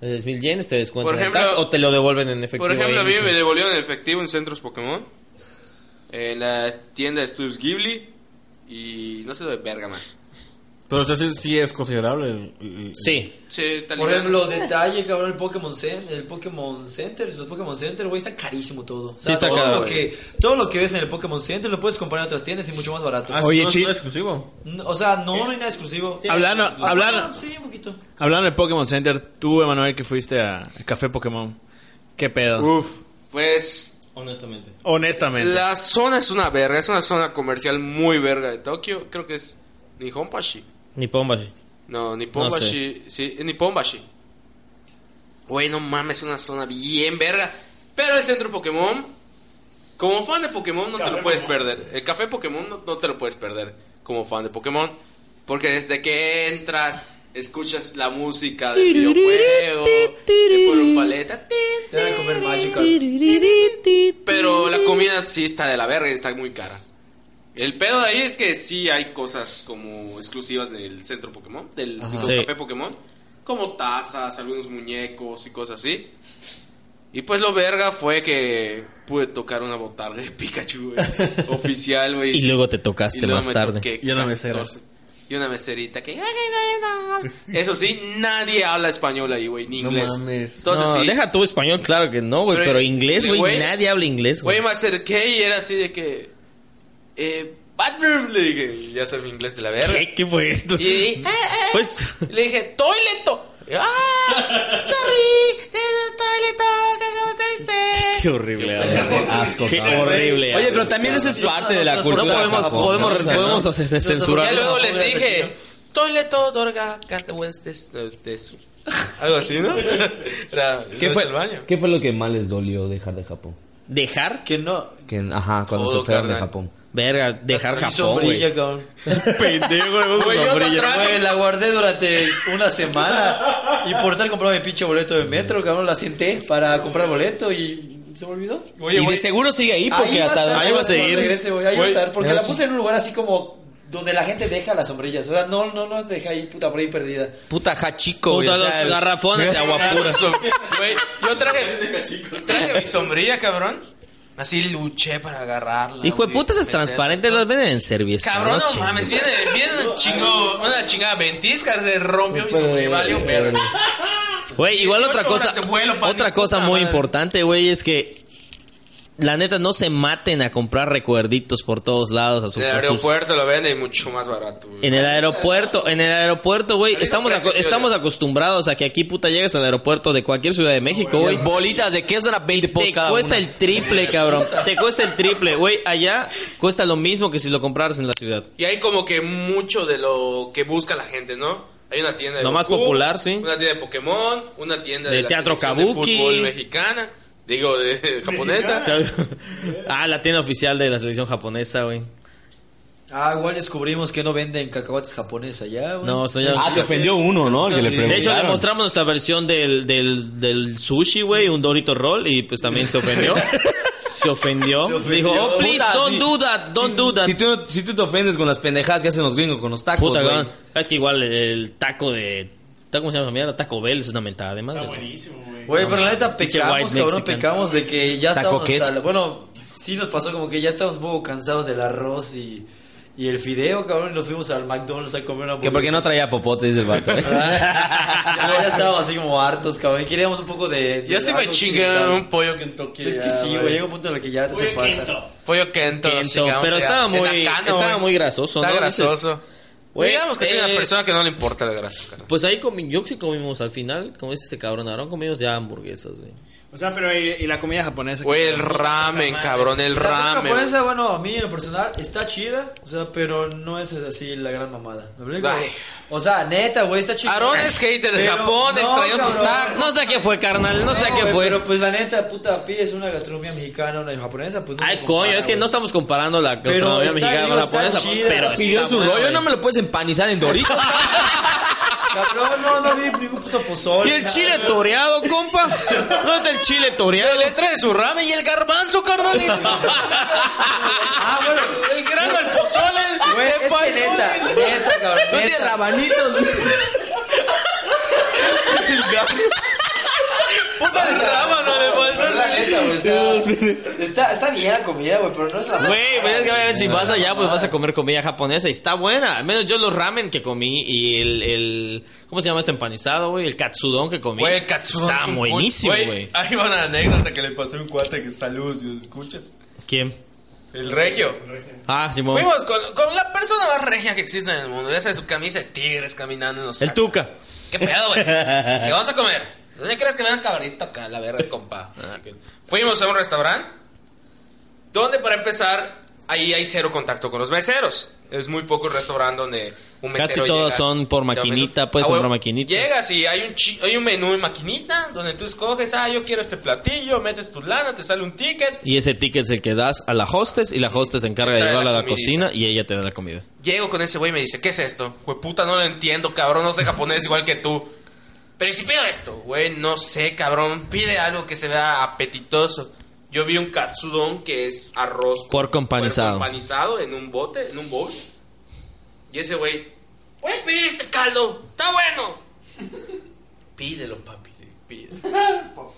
De 10 mil yenes te descuentan
Por
el
ejemplo-
tax o te lo devuelven en efectivo.
Por ejemplo, a
ahí
mí
mismo.
me devolvieron en efectivo en centros Pokémon. En la tienda de Studios Ghibli. Y no sé de verga más.
Ah. Pero eso sí, sí es considerable. el- el-
Sí.
Sí, tal
Por
igual.
ejemplo, detalle, cabrón, el Pokémon Center, el Pokémon Center, los Pokémon Center, güey, está carísimo todo. O sea,
Sí, está
todo
caro,
lo
güey.
que todo lo que ves en el Pokémon Center lo puedes comprar en otras tiendas y mucho más barato.
Ah, Oye, no, Chi- no es
exclusivo.
O sea, no, no hay nada exclusivo.
Hablando-
Ah,
hablando-
Sí, un poquito.
Hablando de Pokémon Center, tú, Emanuel, que fuiste a Café Pokémon, ¿qué pedo?
Uf, pues.
Honestamente.
Honestamente.
La zona es una verga. Es una zona comercial muy verga de Tokio. Creo que es Nihonbashi.
Ni Pombashi.
No, Nipponbashi. Sí, eh, Nipponbashi. Güey, no mames, es una zona bien verga. Pero el centro Pokémon, como fan de Pokémon, no te lo puedes perder. El café Pokémon no, no te lo puedes perder como fan de Pokémon. Porque desde que entras, escuchas la música del videojuego, de por un paleta.
Te van a comer Magikarp.
Pero la comida sí está de la verga y está muy cara. El pedo de ahí es que sí hay cosas como exclusivas del centro Pokémon, del
Ajá.
digo,
Sí.
café Pokémon, como tazas, algunos muñecos y cosas así. Y pues lo verga fue que pude tocar una botarga de Pikachu güey, oficial, güey.
Y luego te tocaste
Y luego
más
me
tarde.
toqué
Y una mesera.
14. Y una meserita que... Eso sí, nadie habla español ahí, güey, ni inglés. Entonces
no,
sí,
deja tu español, claro que no, güey.
Pero,
Pero, inglés,
güey,
güey, nadie habla inglés, güey.
Güey, me acerqué y era así de que. Eh, bathroom, le dije. Y ya sabes mi inglés de la verga.
¿Qué, ¿Qué fue esto?
Y eh, eh,
Pues-
le dije, toileto. Y, ¡Ah! ¡Sorry! eh, ¡Toileto! ¿qué- qué-
Qué horrible.
Asco,
Qué
cabrón.
horrible.
Ah, Oye, pero también eso es parte de la cultura.
No podemos,
Japón,
podemos,
¿no? O sea,
podemos
¿no?
hacer- censurar.
Ya luego les dije, toileto, dorga, cate, west, des- des- Algo así, ¿no? Era,
¿Qué
no
fue,
es el baño.
¿Qué fue lo que más les dolió dejar de Japón?
¿Dejar?
Que no.
Que, ajá, cuando
Todo,
se fueron de
carnal.
Japón.
Verga, dejar
Mi
Japón,
sombrilla,
güey.
cabrón.
Pendejo,
Güey, yo la traje. Güey, la guardé durante una semana y por estar comprando mi pinche boleto de metro, cabrón, la senté para comprar boleto y se me olvidó.
y de seguro sigue ahí pues, porque
va
hasta
estar,
donde
ahí va estar, regrese, güey, ahí va a estar, porque
Ya
la
sí.
puse en un lugar así como donde la gente deja las sombrillas, o sea, no no no deja ahí puta por ahí perdida.
Puta jachico, güey.
Puta,
o sea,
los
el-
garrafones de agua pura.
Güey, yo traje, traje mi sombrilla, cabrón. Así luché para agarrarla.
Hijo
güey,
de puta, esas
meterla.
transparentes las venden en Serbia.
Cabrón,
no
no mames, viene, viene un chingo, una chingada ventisca, se rompió mi sombrilla, valió un verga.
Güey, igual otra
18 horas
cosa,
de vuelo, pa'
otra
mi
cosa
puta
muy
madre.
importante, güey, es que la neta no se maten a comprar recuerditos por todos lados a su
En el
a sus-
aeropuerto lo venden mucho más barato. güey.
En el aeropuerto, en el aeropuerto, güey,
Al
estamos,
mismo precio
aco-
que
estamos acostumbrados a que aquí puta llegas al aeropuerto de cualquier ciudad de México, güey.
Bolitas de queso a 20 pocas
Te cuesta el triple, cabrón. Te cuesta el triple, güey. Allá cuesta lo mismo que si lo compraras en la ciudad.
Y hay como que mucho de lo que busca la gente, ¿no? Hay una tienda de
Lo más
Goku,
popular, sí.
Una tienda de Pokémon, una tienda de,
De
la
teatro
selección
kabuki.
de fútbol mexicana, digo de japonesa.
¿Sabes? Ah, la tienda oficial de la selección japonesa, güey.
Ah, igual descubrimos que no venden cacahuates japoneses allá, güey.
No, señor.
Ah, se ofendió uno, ¿no? El que le
De hecho, le
preguntaron.
mostramos nuestra versión del, del, del sushi, güey, un Dorito Roll, y pues también se ofendió. Se ofendió. Dijo, oh, please, don't do that, don't do that.
Si tú, no- si tú te ofendes con las pendejadas que hacen los gringos con los tacos,
Puta,
güey.
cabrón. Es que igual el taco de. ¿Cómo se llama esa mierda? Taco Bell es una mentada de madre. Está buenísimo, güey.
Güey, pero la neta
Pinche
pecamos,
white
cabrón,
Mexican.
pecamos de que ya
Taco
estábamos
Kids.
hasta la- Bueno, sí nos pasó como que ya estábamos un poco cansados del arroz y, y el fideo, cabrón, y nos fuimos al McDonald's a comer una
Que porque no
hamburguesa.
traía popote, dice el vato. ¿eh?
ya, ya estábamos así como hartos, cabrón, y queríamos un poco de...
Yo
de
sí me
algo
chingué
occidental.
un pollo Kentucky.
Es que
ya,
sí, güey, llega un punto en el que ya te hace falta.
Pollo Kento. nos
Kento,
chingamos
pero
allá.
estaba
En la
muy-
cana,
estaba
güey.
muy grasoso,
Está
¿no?
grasoso.
Dices, güey,
Digamos que soy una
eh,
persona que no le importa la grasa, cara.
Pues ahí comi yo sí comimos al final, como dice ese cabrón Aarón, comimos ya hamburguesas, güey.
O sea, pero y, y la comida japonesa.
Güey, el ramen, cabrón, el
La comida
ramen.
japonesa, bueno, a mí en lo personal está chida, o sea, pero no es así la gran mamada. ¿Me explico?
Ay.
O sea, neta, güey, está chida.
Aarón es hater de Japón, extrañó sus tacos.
No sé qué fue, carnal, no sé qué
güey,
fue.
Pero pues la neta, puta, pides una gastronomía mexicana, una japonesa, pues no.
Ay, coño, es que no estamos comparando la gastronomía
está
mexicana con
bien,
la
está
japonesa, pues,
chida.
pero
Pidió
está
su
buena,
rollo,
güey.
no me lo puedes empanizar en Doritos.
Cabrón, no, no vi ningún puto pozole.
¿Y el chile toreado, compa? ¿Dónde está el chile toreado? Le trae su ramen y el garbanzo, carnal.
Ah, bueno.
El grano, el pozole, el
Güey, es que neta, neta, cabrón.
No tiene
neta.
rabanitos.
Puta de rábano, le faltó.
La neta, güey, o sea, está, está bien la comida, güey, pero no es la
Güey, pues es que obviamente si vas allá, pues vas a comer comida japonesa y está buena. Al menos yo los ramen que comí y el, el ¿cómo se llama este empanizado, güey? El katsudon que comí.
Güey, el katsudon es
Está
un
buenísimo,
buen-
güey.
Ahí va una anécdota que le pasó a un cuate que saludos, ¿lo escuchas?
¿Quién?
El regio.
Ah, Simón.
Fuimos con, con la persona más regia que existe en el mundo. Esa es su camisa de tigres caminando en los
El tuca.
¿Qué pedo, güey? ¿Qué vamos a comer? ¿Dónde crees que me dan cabrito acá, la verga, compa?
Ah.
Fuimos a un restaurante donde, para empezar, ahí hay cero contacto con los meseros. Es muy poco el restaurante donde un mesero
Casi todos
llega-
son por maquinita, puedes
Ah,
comprar
güey,
maquinitas.
Llegas y hay un, chi- hay un menú en maquinita donde tú escoges, ah, yo quiero este platillo, metes tu lana, te sale un ticket.
Y ese ticket es el que das a la hostess y la hostess se encarga de
Trae la
llevarla a la
comidita.
cocina y ella te da la comida.
Llego con ese güey y me dice, ¿qué es esto? Güey, puta, no lo entiendo, cabrón, no sé japonés igual que tú. Pero ¿y si pido esto, güey, no sé, cabrón, pide algo que se vea apetitoso. Yo vi un katsudon que es arroz con
Porco empanizado.
cuerpo empanizado en un bote, en un bowl. Y ese güey, güey, pide este caldo, está bueno. Pídelo, papi, pídelo.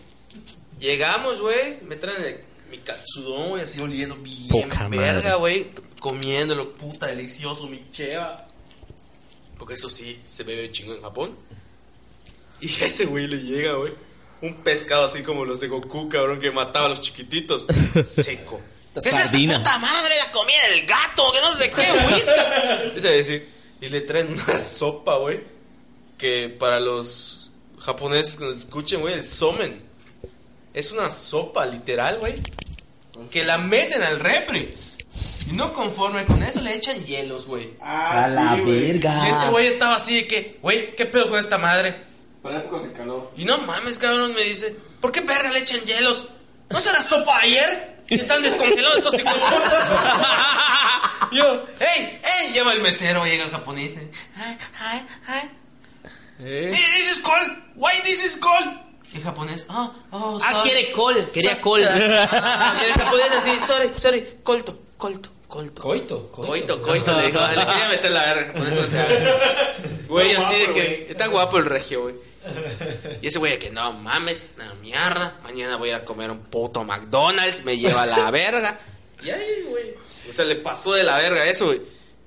Llegamos, güey, me traen el- mi katsudon, güey, así oliendo bien
Poca
verga,
madre.
güey, comiéndolo, puta, delicioso, mi cheva. Porque eso sí, se bebe chingo en Japón. Y a ese güey le llega, güey, un pescado así como los de Goku, cabrón, que mataba a los chiquititos, seco. ¿Qué es esta
Sardina.
puta madre la comida del gato? Que no sé qué, whiskas. Es decir, y le traen una sopa, güey, que para los japoneses que nos escuchen, güey, el somen. Es una sopa, literal, güey. Que la meten al refri. Y no conforme con eso, le echan hielos, güey.
A la verga.
Y ese güey estaba así de que, güey, ¿qué pedo con esta madre?
Para épocas de calor.
Y no mames, cabrón, me dice, ¿por qué verga le echan hielos? ¿No será sopa ayer? Están descongelados estos hijos de puta?" Yo, ¡ey! ¡ey! Lleva el mesero, llega el japonés. eh, "Hi, hi, hi."
Eh.
"Hey, this is cold. Why this is cold? El japonés, "Ah, oh,
Ah,
sorry."
quiere col, quería
So-
col.
Ah, El japonés así, sorry, sorry, colto, colto, colto.
Coito, coito.
Coito, coito, le dijo, "Ah, le quería meter la verga, por eso te- Güey, así de que, está guapo el regio, güey. Y ese güey de que, no mames, una mierda, mañana voy a comer un puto McDonald's, me lleva a la verga. Y ahí, güey, o sea, le pasó de la verga eso, güey.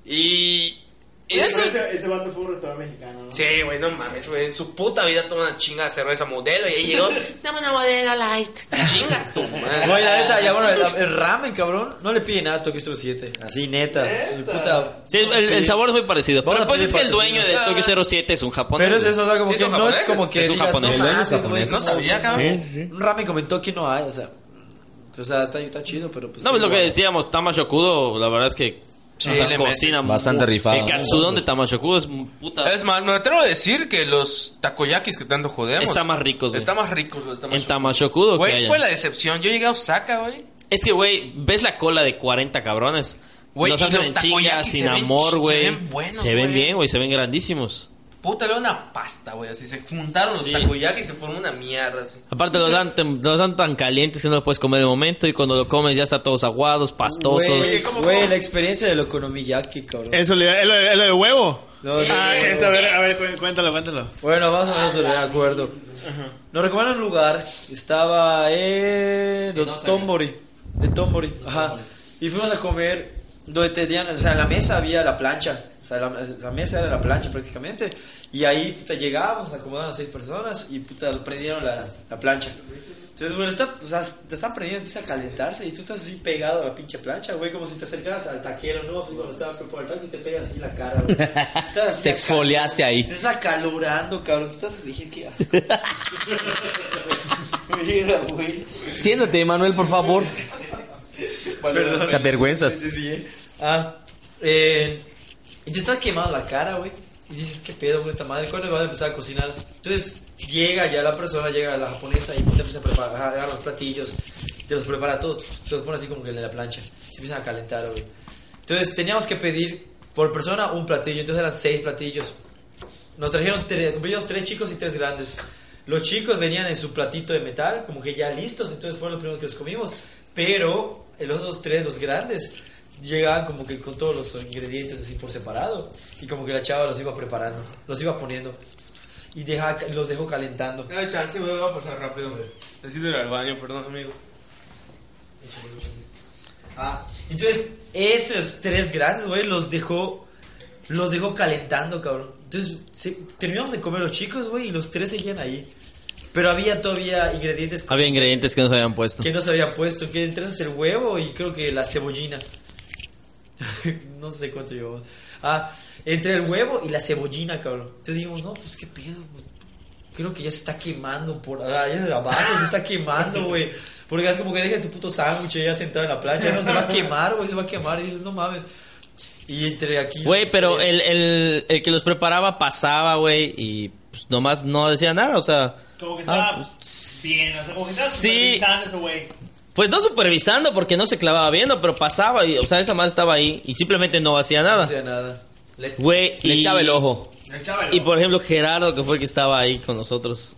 Y... y eso es-
Ese, ese vato fue un restaurante mexicano, ¿no?
Sí, güey, no mames, güey, en su puta vida toma una chinga de cerveza modelo y ahí llegó, dame una modelo light, chinga tu madre.
Güey, la neta, ya bueno, el, el ramen, cabrón, no le pide nada a Tokyo 7. Así, neta. Puta.
Sí, el, el sabor es muy parecido.
Vamos
Pero
a
pues
pedir
es que el
patrocinio.
dueño de Tokyo 07 es un japonés.
Pero es eso, da como
Sí,
que
son
no es
japoneses.
como que.
Es un
digas,
japonés.
no mames,
El dueño es
güey,
japonés.
No sabía, cabrón.
Un ramen como en Tokio no hay, o sea. O sea, está, está chido, pero pues.
No, pues lo que
igual.
decíamos, Tamashokudo, la verdad es que
Sí,
puta,
le
cocina
mete. Bastante
muy-
rifado. Pues.
El katsudon de Tamashokudo es puta.
Es más, me atrevo a decir que los takoyakis que tanto jodemos.
Está más ricos, güey.
Está más ricos los
en
tamashokudo.
Tamashokudo que
Güey,
haya.
fue la decepción. Yo llegué a Osaka, güey.
Es que, güey, ves la cola de 40 cabrones.
Güey,
Los
y
hacen
los
en
takoyakis
chinga,
se
sin
ven-
amor,
se
güey.
ven buenos,
Se ven
güey.
bien, güey, se ven grandísimos.
Puta, era una pasta, güey. Así se juntaron los takoyaki y se formó una mierda. así.
Aparte los dan, tan- los dan tan calientes que no los puedes comer de momento y cuando lo comes ya está todos aguados,
Güey,
pastosos.
güey, la experiencia del okonomiyaki, cabrón.
Eso le- es lo, es lo de huevo.
No, no,
Ah,
no.
es- a ver, a ver, cu- cuéntalo, cuéntalo.
Bueno, más o menos de acuerdo. Nos recomendaron un lugar. Estaba en de Tombori. De Tombori. Ajá. Y fuimos a comer donde tenían, o sea, en la mesa había la plancha. O sea, la, la mesa era la plancha prácticamente. Y ahí puta, llegábamos, acomodaban a seis personas y puta, prendieron la, la plancha. Entonces, bueno, está, o sea, te están prendiendo, empieza a calentarse y tú estás así pegado a la pinche plancha, güey, como si te acercaras al taquero, ¿no? Así Cuando estabas por el taco y te pegas así la cara, güey. Estás así
Te
acá-
exfoliaste
te
ahí.
estás acalorando, cabrón. Te estás. Dije, ¿qué haces? Mira, güey.
Siéntate, Manuel, por favor.
Perdón.
Te avergüenzas.
Bien. Ah, eh, y te estás quemando la cara, güey. Y dices, ¿qué pedo con esta madre? ¿Cuándo vas a empezar a cocinar? Entonces llega ya la persona, llega la japonesa y te empieza a preparar, agarra los platillos, te los prepara todos, te los pone así como que en la plancha. Se empiezan a calentar, güey. Entonces teníamos que pedir por persona un platillo, entonces eran seis platillos. Nos trajeron tres, cumplimos tres chicos y tres grandes. Los chicos venían en su platito de metal, como que ya listos, entonces fueron los primeros que los comimos. Pero eh, los otros tres, los grandes, llegaban como que con todos los ingredientes así por separado. Y como que la chava los iba preparando, los iba poniendo. Y deja, los dejó calentando.
No hay chance, güey, va a pasar rápido, güey. Necesito ir al baño, perdón, amigos.
Ah, entonces, esos tres grandes, güey, los dejó. Los dejó calentando, cabrón. Entonces, se- terminamos de comer los chicos, güey, y los tres seguían ahí. Pero había todavía ingredientes
Había ingredientes que no se habían puesto.
que no se habían puesto, que entre esos el huevo y creo que la cebollina. no sé cuánto llevaba. Ah, entre el huevo y la cebollina, cabrón. Entonces dijimos, no, pues qué pedo. güey? Creo que ya se está quemando por allá de abajo, se está quemando, güey. Porque es como que dejas tu puto sándwich ya sentado en la plancha, no se va a quemar, güey, se va a quemar. Y dices, no mames. Y entre aquí.
Güey, pero el, el, el que los preparaba pasaba, güey, y pues nomás no decía nada, o sea...
Como que
ah,
estaba bien, o sea, como que estaba
Sí.
supervisando ese güey.
Pues no supervisando porque no se clavaba viendo, pero pasaba, y, o sea, esa madre estaba ahí y simplemente no hacía nada. No
hacía nada.
Güey,
Le echaba el ojo.
Le echaba el
Y por ejemplo, Gerardo, que fue el que estaba ahí con nosotros.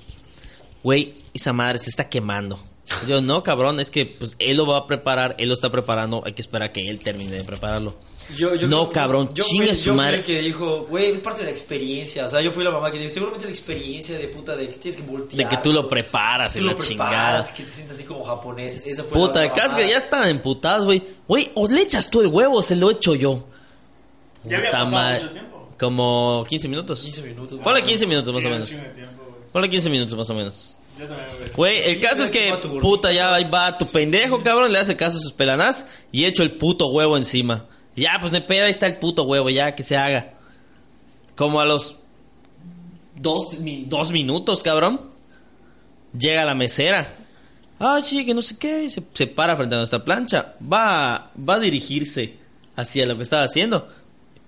Güey, esa madre se está quemando. Yo, no, cabrón, es que pues él lo va a preparar, él lo está preparando, hay que esperar a que él termine de prepararlo.
Yo, yo
no,
creo-
cabrón,
yo
chinga
fui,
su
yo fui
madre.
el que dijo, güey, es parte de la experiencia. O sea, yo fui la mamá que dijo, seguramente la experiencia de puta de que tienes que voltear.
De que tú lo preparas
Tú
y
lo
la
preparas,
chingada.
que te sientas así como japonés. Esa fue
Puta,
la
casi que ya estaban emputados, güey. Güey, o le echas tú el huevo o se lo echo yo.
Ya había
Puta
pasado
madre.
mucho tiempo.
Como 15 minutos.
15 minutos.
Ponle 15 minutos más o
Chinga,
menos.
chinga de tiempo, güey.
Ponle 15 minutos más o menos.
Yo también, güey.
Güey, el caso es que, puta, ya ahí va tu pendejo, cabrón, le hace caso a sus pelanás y echo el puto huevo encima. Ya, pues me peda, ahí está el puto huevo, ya, que se haga. Como a los dos, mi- dos minutos, cabrón, llega la mesera. Ah, sí, que no sé qué, y se, se para frente a nuestra plancha. Va, va a dirigirse hacia lo que estaba haciendo.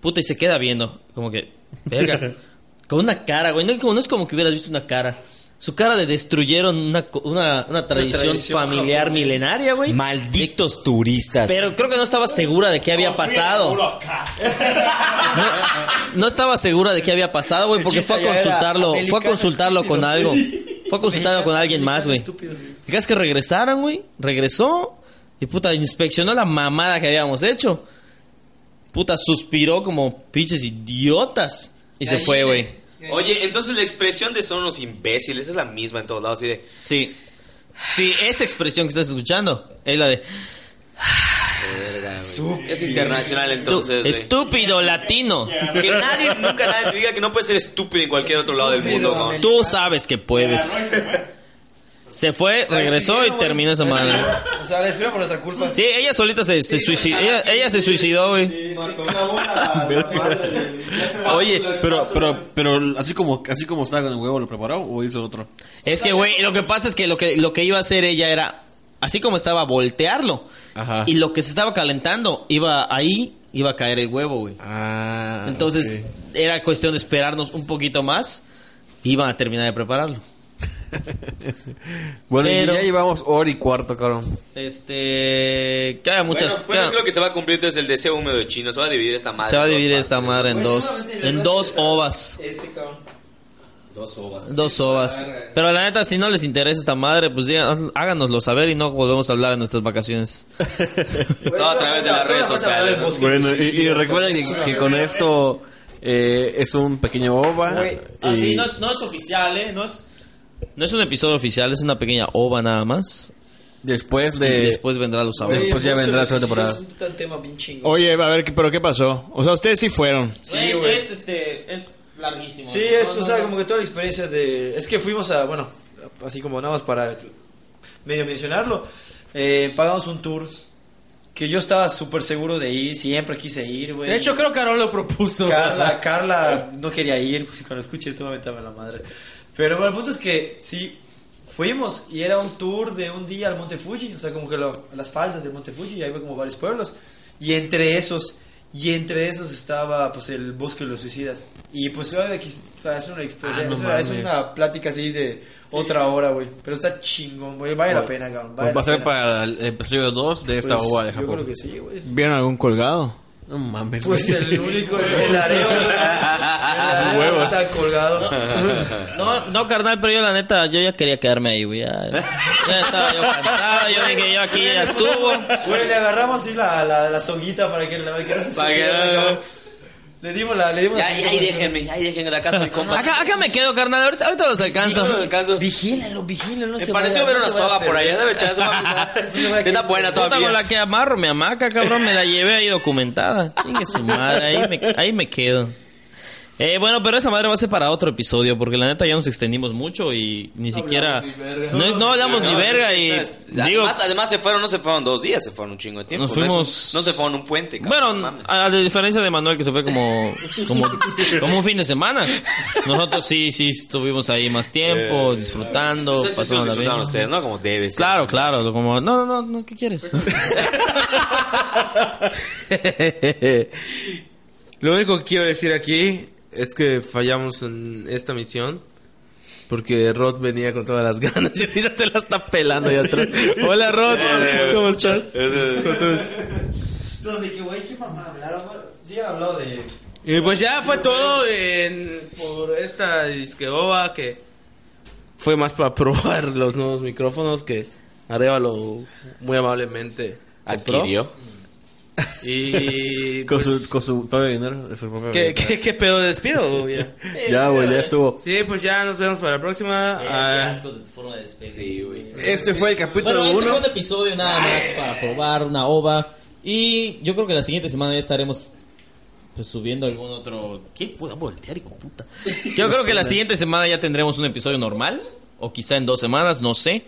Puta, y se queda viendo, como que, verga. Con una cara, güey. No, como- no es como que hubieras visto una cara. Su cara de destruyeron una, co- una, una tradición,
tradición
familiar
japonesa.
milenaria, güey.
Malditos turistas.
Pero creo que no estaba segura de qué había
Puro
pasado.
acá.
No estaba segura de qué había pasado, güey, porque fue a
chiste ya era
consultarlo. Fue a
americano,
consultarlo con
estúpido.
algo. Fue a consultarlo con alguien más, güey. Fijas que regresaron, güey. Regresó y puta, inspeccionó la mamada que habíamos hecho. Puta, suspiró como pinches idiotas. Y se fue, güey.
Oye, entonces la expresión de son unos imbéciles es la misma en todos lados. Así de,
Sí. Sí, esa expresión que estás escuchando es la de
verga, güey. Es internacional entonces. güey.
estúpido latino.
Que nadie, nunca nadie te diga que no puedes ser estúpido en cualquier otro lado del mundo, cabrón.
Tú sabes que puedes. Se fue, regresó y terminó esa madre.
O sea, les pido por nuestra culpa.
Sí, ella solita se, se suicidó. Ella, ella se suicidó, güey.
Oye, pero, pero, pero así como, así como estaba con el huevo, ¿lo preparó o hizo otro?
Es que, güey, lo que pasa es que lo que, lo que iba a hacer ella era, así como estaba, voltearlo.
Ajá.
Y lo que se estaba calentando, iba ahí, iba a caer el huevo, güey.
Ah,
Entonces, era cuestión de esperarnos un poquito más. Iban a terminar de prepararlo.
Bueno, y
Pero-
ya llevamos hora y cuarto, cabrón.
Este. Queda muchas.
Bueno, bueno,
queda-
creo que se va a cumplir entonces el deseo húmedo chino. Se va a dividir esta madre.
se va a
en dos
dividir
partes.
esta madre en
Pues,
dos.
seguramente le
En
van a
dos
empezar.
ovas.
Este cabrón.
Dos ovas.
Dos ovas. Pero la neta, si no les interesa esta madre, pues digan, háganoslo saber y no volvemos a hablar en nuestras vacaciones.
Todo a través de las redes sociales. ¿no?
Bueno, y, y recuerden que, que con esto eh, es un pequeño OVA.
Ah, sí,
y-
no, es- no es oficial, ¿eh? No es, no es un episodio oficial, es una pequeña ova nada más.
Después de-
Después vendrá los sabores.
Después ya vendrá la segunda temporada.
Es un tema bien chingón.
Oye, a ver, ¿qué- ¿pero qué pasó? O sea, ustedes sí fueron.
Sí, es, este, es larguísimo.
Sí, es, o sea, como que toda la experiencia de... Es que fuimos a, bueno, así como nada más para medio mencionarlo, eh, pagamos un tour que yo estaba súper seguro de ir, siempre quise ir, güey.
De hecho, creo que Aaron lo propuso.
Carla, Carla no quería ir, pues, cuando escuché esto me metaba en la madre. Pero bueno, el punto es que sí, fuimos y era un tour de un día al Monte Fuji, o sea, como que lo- a las faldas del Monte Fuji, y ahí ve como varios pueblos. Y entre esos, y entre esos estaba pues el Bosque de los Suicidas. Y pues yo de aquí, o sea, es una experiencia,
Ah, no
es, una, es
mames.
una plática así de otra hora, güey. Pero está chingón, güey, vale la pena, cabrón. Vale
Pues va a
la
ser
pena.
para el episodio 2 de esta
Pues,
OVA de
yo
Japón.
creo que sí, güey.
¿Vieron algún colgado?
No mames.
Pues
güey.
el único, el areo, el areo
Huevos.
está colgado.
No, no, carnal, pero yo la neta, yo ya quería quedarme ahí, güey. Ya, ya estaba yo cansado, yo dije, yo aquí ya estuvo.
Güey, le agarramos así la, la, la soguita para que, la, que no se
Para que
subiera,
no-
cabrón. Le dimos la... Le dimos
Ya,
la-
ahí déjenme,
ahí déjenme de acá, soy compa.
Acá, acá me quedo, carnal, ahorita, ahorita los alcanzo.
Vigílalo, vigílalo. No
Me
se
pareció
vaya,
ver
no
una
se vaya
sola
a
por allá,
perder.
debe echarse una- Está buena
Puta,
todavía.
con la que amarro mi hamaca, cabrón, me la llevé ahí documentada. Chingue su madre, ahí me, ahí me quedo. Eh, bueno, pero esa madre va a ser para otro episodio, porque la neta ya nos extendimos mucho y ni siquiera... No, no hablamos ni verga y... Digo,
además, además se fueron, no se fueron dos días, se fueron un chingo de tiempo.
Nos
No es un-
fuimos-
No, se fueron un puente, cabrón.
bueno, ah, a la diferencia de Manuel que se fue como, como, como un fin de semana. Nosotros sí, sí estuvimos ahí más tiempo, disfrutando,
Ustedes sí se
pasando la
disfrutaron
vida.
ustedes, ¿no? Como debe ser.
Claro, claro, lo- como, no, no, no, no, ¿qué quieres?
Lo único que quiero decir aquí es que fallamos en esta misión. Porque Rod venía con todas las ganas y ahorita te la está pelando ahí atrás. Hola Rod, ¿cómo estás? ¿Cómo estás?
Entonces dije, güey, qué mamá hablaron. güey? Sí, han hablado de...
Y pues ya fue todo en- por esta disqueboba que fue más para probar los nuevos micrófonos que Arevalo muy amablemente compró.
Adquirió.
Y
Con
pues,
su, con su propio dinero. de su propio
¿Qué,
dinero.
qué, qué pedo de despido? güey?
Ya, güey, ya estuvo. Eh,
Sí, pues ya nos vemos para la próxima. Ah,
Este fue el capítulo
Bueno, este
uno.
fue un episodio nada más para probar una ova. Y yo creo que la siguiente semana ya estaremos pues, subiendo algún otro. ¿Qué puedo voltear, hijo de puta? Yo creo que la siguiente semana ya tendremos un episodio normal. O quizá en dos semanas, no sé.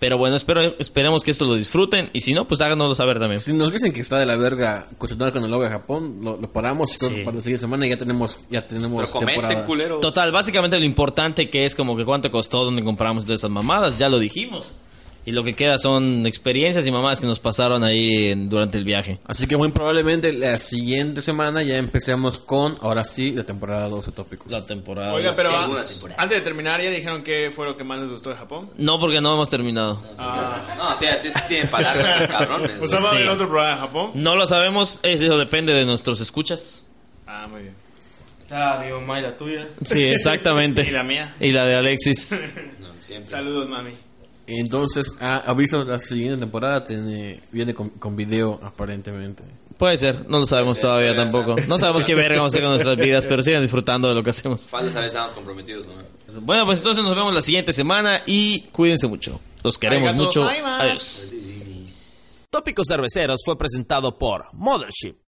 Pero bueno, espero, esperemos que esto lo disfruten. Y si no, pues háganoslo saber también.
Si nos dicen que está de la verga continuar con el logo de Japón, lo, lo paramos y creo
Sí.
que para la siguiente semana ya tenemos, ya
pues,
tenemos temporada.
Total, básicamente lo importante que es como que cuánto costó, dónde compramos todas esas mamadas, ya lo dijimos. Y lo que queda son experiencias y mamadas que nos pasaron ahí en- durante el viaje.
Así que muy probablemente la siguiente semana ya empecemos con, ahora sí, la temporada 12 tópicos.
La temporada
Oiga, pero ah, antes de terminar, ¿ya dijeron qué fue lo que más les gustó de Japón?
No, porque no hemos terminado.
No, te, te, te tienen palabras estos cabrones.
Pues,
Pues,
O sea, va a haber
Sí.
otro programa de Japón.
No lo sabemos, eso depende de nuestros escuchas.
Ah, muy bien.
O sea, mi mamá y la tuya.
Sí, exactamente.
y la mía.
Y la de Alexis.
Saludos, mami.
Entonces, ah, aviso, la siguiente temporada tiene, viene con, con video aparentemente.
Puede ser, no lo sabemos todavía tampoco. No sabemos qué verga vamos a hacer con nuestras vidas, pero sigan disfrutando de lo que hacemos.
Fans de estábamos comprometidos, ¿no?
Bueno, pues entonces nos vemos la siguiente semana y cuídense mucho. Los queremos
Arigato
mucho.
gozaimasu.
Adiós. Tópicos Cerveceros fue presentado por Mothership.